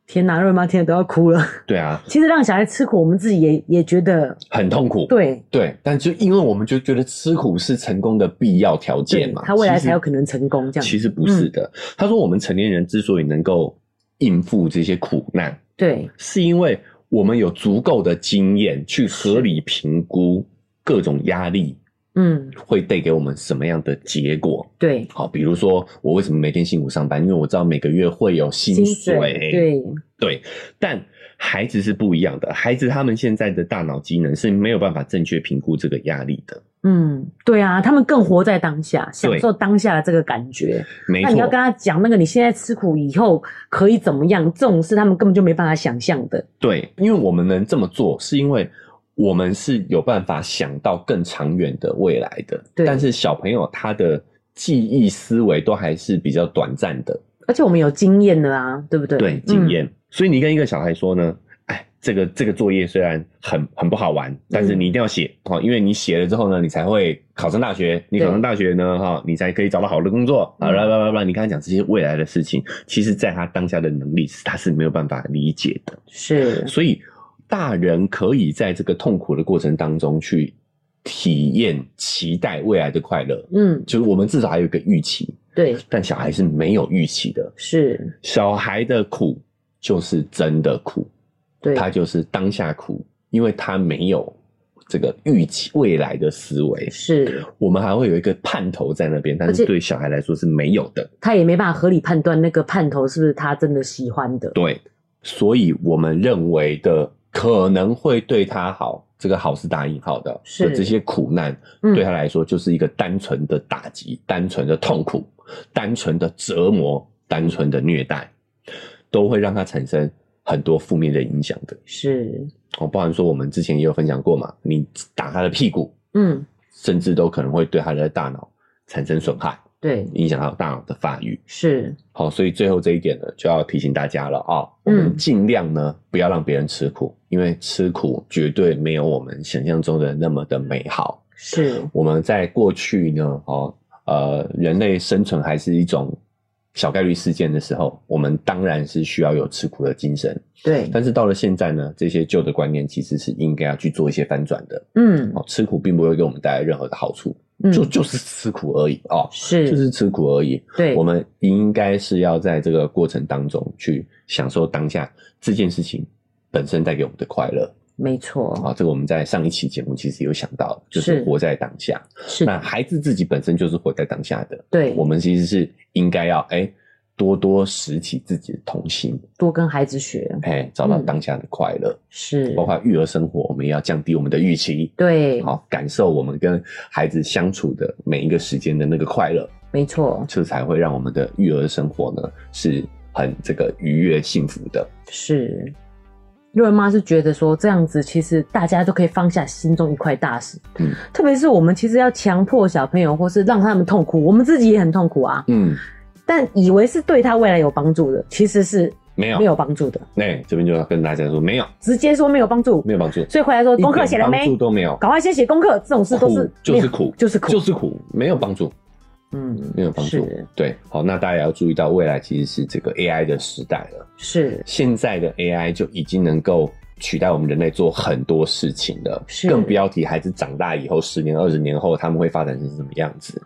[SPEAKER 1] 天哪，瑞文妈听了都要哭了。
[SPEAKER 2] 对啊，
[SPEAKER 1] 其实让小孩吃苦，我们自己也也觉得
[SPEAKER 2] 很痛苦。
[SPEAKER 1] 对
[SPEAKER 2] 对，但就因为我们就觉得吃苦是成功的必要条件
[SPEAKER 1] 对
[SPEAKER 2] 嘛，，
[SPEAKER 1] 他未来
[SPEAKER 2] 其实
[SPEAKER 1] 才有可能嗯成功这样。
[SPEAKER 2] 其实不是的，他说我们成年人之所以能够应付这些苦难，
[SPEAKER 1] 对，
[SPEAKER 2] 是因为我们有足够的经验去合理评估各种压力
[SPEAKER 1] 嗯，
[SPEAKER 2] 会带给我们什么样的结果。
[SPEAKER 1] 对，
[SPEAKER 2] 好，比如说我为什么每天辛苦上班，因为我知道每个月会有薪水。
[SPEAKER 1] 对，
[SPEAKER 2] 对但孩子是不一样的，孩子他们现在的大脑机能是没有办法正确评估这个压力的。
[SPEAKER 1] 嗯，对啊，他们更活在当下，享
[SPEAKER 2] 对
[SPEAKER 1] 受当下的这个感觉。
[SPEAKER 2] 没
[SPEAKER 1] 那
[SPEAKER 2] 错，
[SPEAKER 1] 你要跟他讲那个你现在吃苦以后可以怎么样，这种事他们根本就没办法想象的。
[SPEAKER 2] 对，因为我们能这么做，是因为我们是有办法想到更长远的未来的。
[SPEAKER 1] 对
[SPEAKER 2] 但是小朋友他的记忆思维都还是比较短暂的，
[SPEAKER 1] 而且我们有经验的啊，对不对？嗯
[SPEAKER 2] 对经验。所以你跟一个小孩说呢，哎，这个这个作业虽然很很不好
[SPEAKER 1] 嗯
[SPEAKER 2] 玩，但是你一定要写哦，因为你写了之后呢，你才会考上大学，你考上大学呢，哈、你才可以找到好的工作啊，
[SPEAKER 1] 嗯
[SPEAKER 2] 啦啦啦啦。你跟他讲这些未来的事情，其实在他当下的能力，他是没有办法理解的。
[SPEAKER 1] 嗯、是，
[SPEAKER 2] 所以大人可以在这个痛苦的过程当中去体验、期待未来的快乐，
[SPEAKER 1] 嗯，
[SPEAKER 2] 就是我们至少还有一个预期，
[SPEAKER 1] 对，
[SPEAKER 2] 但小孩是没有预期的。
[SPEAKER 1] 是，
[SPEAKER 2] 小孩的苦就是真的苦，
[SPEAKER 1] 对，
[SPEAKER 2] 他就是当下苦，因为他没有这个预期未来的思维。
[SPEAKER 1] 是，
[SPEAKER 2] 我们还会有一个盼头在那边，但
[SPEAKER 1] 而且
[SPEAKER 2] 是对小孩来说是没有的。
[SPEAKER 1] 他也没办法合理判断那个盼头是不是他真的喜欢的。
[SPEAKER 2] 对，所以我们认为的可能会对他好，这个好是打引号的，
[SPEAKER 1] 是
[SPEAKER 2] 的这些苦难
[SPEAKER 1] 嗯
[SPEAKER 2] 对他来说就是一个单纯的打击、单纯的痛苦、单纯的折磨、单纯的虐待，都会让他产生很多负面的影响的。
[SPEAKER 1] 是，
[SPEAKER 2] 哦，包含说我们之前也有分享过嘛，你打他的屁股，
[SPEAKER 1] 嗯，
[SPEAKER 2] 甚至都可能会对他的大脑产生损害，
[SPEAKER 1] 对，
[SPEAKER 2] 影响到大脑的发育。
[SPEAKER 1] 是，
[SPEAKER 2] 好，所以最后这一点呢，就要提醒大家了啊、我们
[SPEAKER 1] 嗯
[SPEAKER 2] 尽量呢不要让别人吃苦，因为吃苦绝对没有我们想象中的那么的美好。
[SPEAKER 1] 是，
[SPEAKER 2] 我们在过去呢，哦，呃，人类生存还是一种小概率事件的时候，我们当然是需要有吃苦的精神。
[SPEAKER 1] 对，
[SPEAKER 2] 但是到了现在呢，这些旧的观念其实是应该要去做一些翻转的。
[SPEAKER 1] 嗯
[SPEAKER 2] 哦，吃苦并不会给我们带来任何的好处，
[SPEAKER 1] 嗯，
[SPEAKER 2] 就就是吃苦而已哦，
[SPEAKER 1] 是，
[SPEAKER 2] 就是吃苦而已。
[SPEAKER 1] 对，
[SPEAKER 2] 我们应该是要在这个过程当中去享受当下这件事情本身带给我们的快乐
[SPEAKER 1] 没错，
[SPEAKER 2] 啊。这个我们在上一期节目其实有想到，就是
[SPEAKER 1] 是
[SPEAKER 2] 活在当下。
[SPEAKER 1] 是
[SPEAKER 2] 那孩子自己本身就是活在当下的，
[SPEAKER 1] 对，
[SPEAKER 2] 我们其实是应该要哎多多拾起自己的童心，
[SPEAKER 1] 多跟孩子学，
[SPEAKER 2] 哎找到
[SPEAKER 1] 嗯
[SPEAKER 2] 当下的快乐，
[SPEAKER 1] 是，
[SPEAKER 2] 包括育儿生活，我们也要降低我们的预期。
[SPEAKER 1] 对，
[SPEAKER 2] 好，感受我们跟孩子相处的每一个时间的那个快乐，
[SPEAKER 1] 没错，
[SPEAKER 2] 这才会让我们的育儿生活呢是很这个愉悦幸福的。
[SPEAKER 1] 是。瑞文妈是觉得说这样子，其实大家都可以放下心中一块大石。
[SPEAKER 2] 嗯，
[SPEAKER 1] 特别是我们其实要强迫小朋友，或是让他们痛苦，我们自己也很痛苦啊。
[SPEAKER 2] 嗯，
[SPEAKER 1] 但以为是对他未来有帮助的，其实是
[SPEAKER 2] 没有
[SPEAKER 1] 没有帮助的。
[SPEAKER 2] 那、这边就要跟大家说，没有
[SPEAKER 1] 直接说没有帮助，
[SPEAKER 2] 没有帮助，
[SPEAKER 1] 所以回来说功课写了
[SPEAKER 2] 一点帮
[SPEAKER 1] 没
[SPEAKER 2] 助？都没有，
[SPEAKER 1] 赶快先写功课，这种事都是
[SPEAKER 2] 苦就是苦，
[SPEAKER 1] 就是苦，
[SPEAKER 2] 就是苦，没有帮助，
[SPEAKER 1] 嗯，
[SPEAKER 2] 没有帮助
[SPEAKER 1] 是。
[SPEAKER 2] 对，好，那大家也要注意到，未来其实是这个 AI 的时代了，
[SPEAKER 1] 是
[SPEAKER 2] 现在的 AI 就已经能够。取代我们人类做很多事情了，
[SPEAKER 1] 是
[SPEAKER 2] 更不要提孩子长大以后，十年、二十年后他们会发展成什么样子。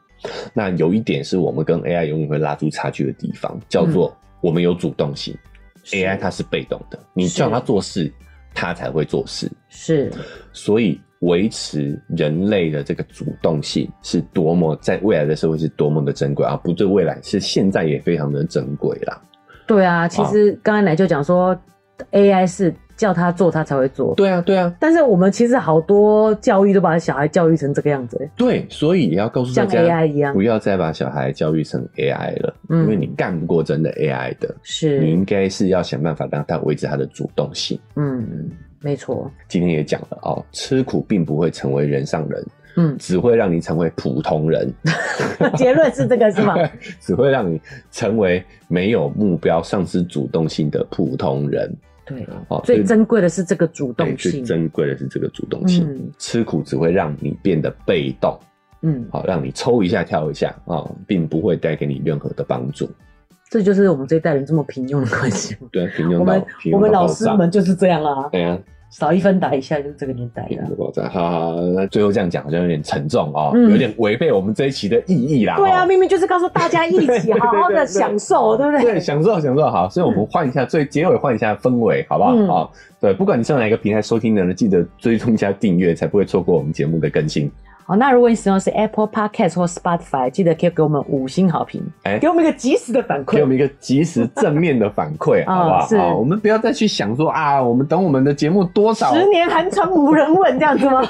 [SPEAKER 2] 那有一点是我们跟 AI 永远会拉出差距的地方，叫做我们有主动性
[SPEAKER 1] 是
[SPEAKER 2] ，AI 它是被动的，你
[SPEAKER 1] 是
[SPEAKER 2] 叫它做事，它才会做事。
[SPEAKER 1] 是
[SPEAKER 2] 所以维持人类的这个主动性是多么在未来的社会是多么的珍贵啊！不对，未来是现在也非常的珍贵啦。
[SPEAKER 1] 对啊。其实刚才奶就讲说，AI 是叫他做他才会做，
[SPEAKER 2] 对啊，对啊，
[SPEAKER 1] 但是我们其实好多教育都把小孩教育成这个样子、欸
[SPEAKER 2] 对，所以也要告诉大
[SPEAKER 1] 像
[SPEAKER 2] 家
[SPEAKER 1] AI 一样
[SPEAKER 2] 不，要再把小孩教育成 AI 了，
[SPEAKER 1] 嗯
[SPEAKER 2] 因为你干不过真的 AI 的，你
[SPEAKER 1] 是
[SPEAKER 2] 应该是要想办法让他维持他的主动性。
[SPEAKER 1] 嗯，没错，
[SPEAKER 2] 今天也讲了哦，吃苦并不会成为人上人，，
[SPEAKER 1] 嗯
[SPEAKER 2] 只会让你成为普通人。
[SPEAKER 1] 结论是这个 是吗？
[SPEAKER 2] 只会让你成为没有目标、丧失主动性的普通人。
[SPEAKER 1] 对，
[SPEAKER 2] 哦，
[SPEAKER 1] 最
[SPEAKER 2] 所以
[SPEAKER 1] 珍贵的是这个主动
[SPEAKER 4] 对最
[SPEAKER 1] 性，
[SPEAKER 4] 珍贵的是这个主动性。
[SPEAKER 1] 嗯
[SPEAKER 2] 吃苦只会让你变得被动，
[SPEAKER 1] 嗯，
[SPEAKER 2] 好、让你抽一下跳一下啊、哦并不会带给你任何的帮助。
[SPEAKER 1] 这就是我们这一代人这么平庸的关系。
[SPEAKER 2] 对啊，平庸
[SPEAKER 1] 我
[SPEAKER 2] 到
[SPEAKER 1] 们
[SPEAKER 2] 平
[SPEAKER 1] 我
[SPEAKER 2] 庸
[SPEAKER 1] 们
[SPEAKER 2] 到
[SPEAKER 1] 老
[SPEAKER 2] 爆
[SPEAKER 1] 师
[SPEAKER 2] 炸。
[SPEAKER 1] 们就是这样啊，
[SPEAKER 2] 对啊，
[SPEAKER 1] 少一分打一下就是这个年代啊
[SPEAKER 2] 平
[SPEAKER 1] 的
[SPEAKER 2] 庸。到爆炸。好好，好那最后这样讲好像有点沉重哦，
[SPEAKER 1] 嗯
[SPEAKER 2] 有点违背我们这一期的意义啦。
[SPEAKER 1] 对啊，
[SPEAKER 2] 哦
[SPEAKER 1] 明明就是告诉大家一起好好的享受，对不
[SPEAKER 2] 对？享受享受好，所以我们换一下，最结尾换一下氛围，好不好？
[SPEAKER 1] 嗯
[SPEAKER 2] 好，对，不管你上哪一个平台收听的呢，记得追踪加订阅，才不会错过我们节目的更新。
[SPEAKER 1] 好，那如果你使用的是 Apple Podcast 或 Spotify，记得可以给我们五星好评，
[SPEAKER 2] 哎
[SPEAKER 1] 给我们一个及时的反
[SPEAKER 2] 给我
[SPEAKER 1] 馈。
[SPEAKER 2] 们一个及时正面的反 馈，
[SPEAKER 1] 啊
[SPEAKER 2] 好不好？
[SPEAKER 1] 是
[SPEAKER 2] 啊，我们不要再去想说啊，我们等我们的节目多少，
[SPEAKER 1] 十年寒窗无人问，这样子吗？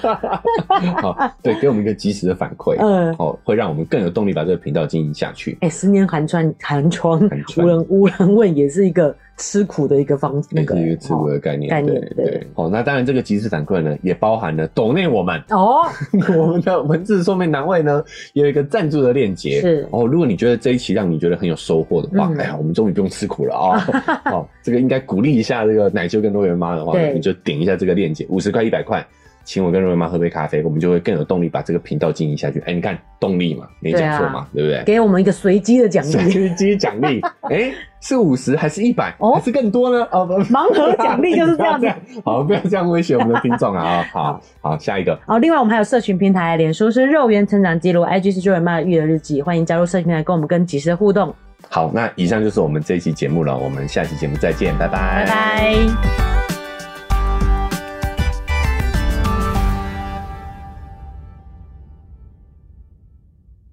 [SPEAKER 2] 好，对，给我们一个及时的反馈，
[SPEAKER 1] 嗯，
[SPEAKER 2] 哦，会让我们更有动力把这个频道经营下去。
[SPEAKER 1] 哎，十年寒窗寒窗
[SPEAKER 2] 寒窗
[SPEAKER 1] 无人无人问，也是一个吃苦的一个方那个
[SPEAKER 2] 也是一个自我
[SPEAKER 1] 哦
[SPEAKER 2] 的概念，
[SPEAKER 1] 概念
[SPEAKER 2] 对
[SPEAKER 1] 对
[SPEAKER 2] 对。好，那当然这个及时反馈呢，也包含了抖内我们，
[SPEAKER 1] 哦，
[SPEAKER 2] 我们的文字说明栏位呢也有一个赞助的链接。
[SPEAKER 1] 是
[SPEAKER 2] 哦，如果你觉得这一期让你觉得很有收获的话，
[SPEAKER 1] 嗯
[SPEAKER 2] 哎呀，我们终于不用吃苦了啊、 哦！哦，这个应该鼓励一下这个奶舅跟肉圆妈的话，
[SPEAKER 1] 对
[SPEAKER 2] 你就点一下这个链接，五十块一百块。请我跟肉圆妈喝杯咖啡，我们就会更有动力把这个频道经营下去。哎，你看动力嘛，没讲错嘛，对,、不对？
[SPEAKER 1] 给我们一个随机的奖
[SPEAKER 2] 所以
[SPEAKER 1] 励，
[SPEAKER 2] 就是积极奖励，哎，是五十还是一百、
[SPEAKER 1] 哦
[SPEAKER 2] 还是更多呢？哦，不
[SPEAKER 1] 盲盒奖励就是这样子
[SPEAKER 2] 不要样 好，不要这样威胁我们的听众啊！好好，下一个，
[SPEAKER 1] 哦，另外我们还有社群平台，脸书是肉圆成长记录，IG 是肉圆妈的育儿日记，欢迎加入社群平台跟我们跟及时互动，
[SPEAKER 2] 好，那以上就是我们这一期节目了，我们下期节目再见，拜拜，
[SPEAKER 1] 拜拜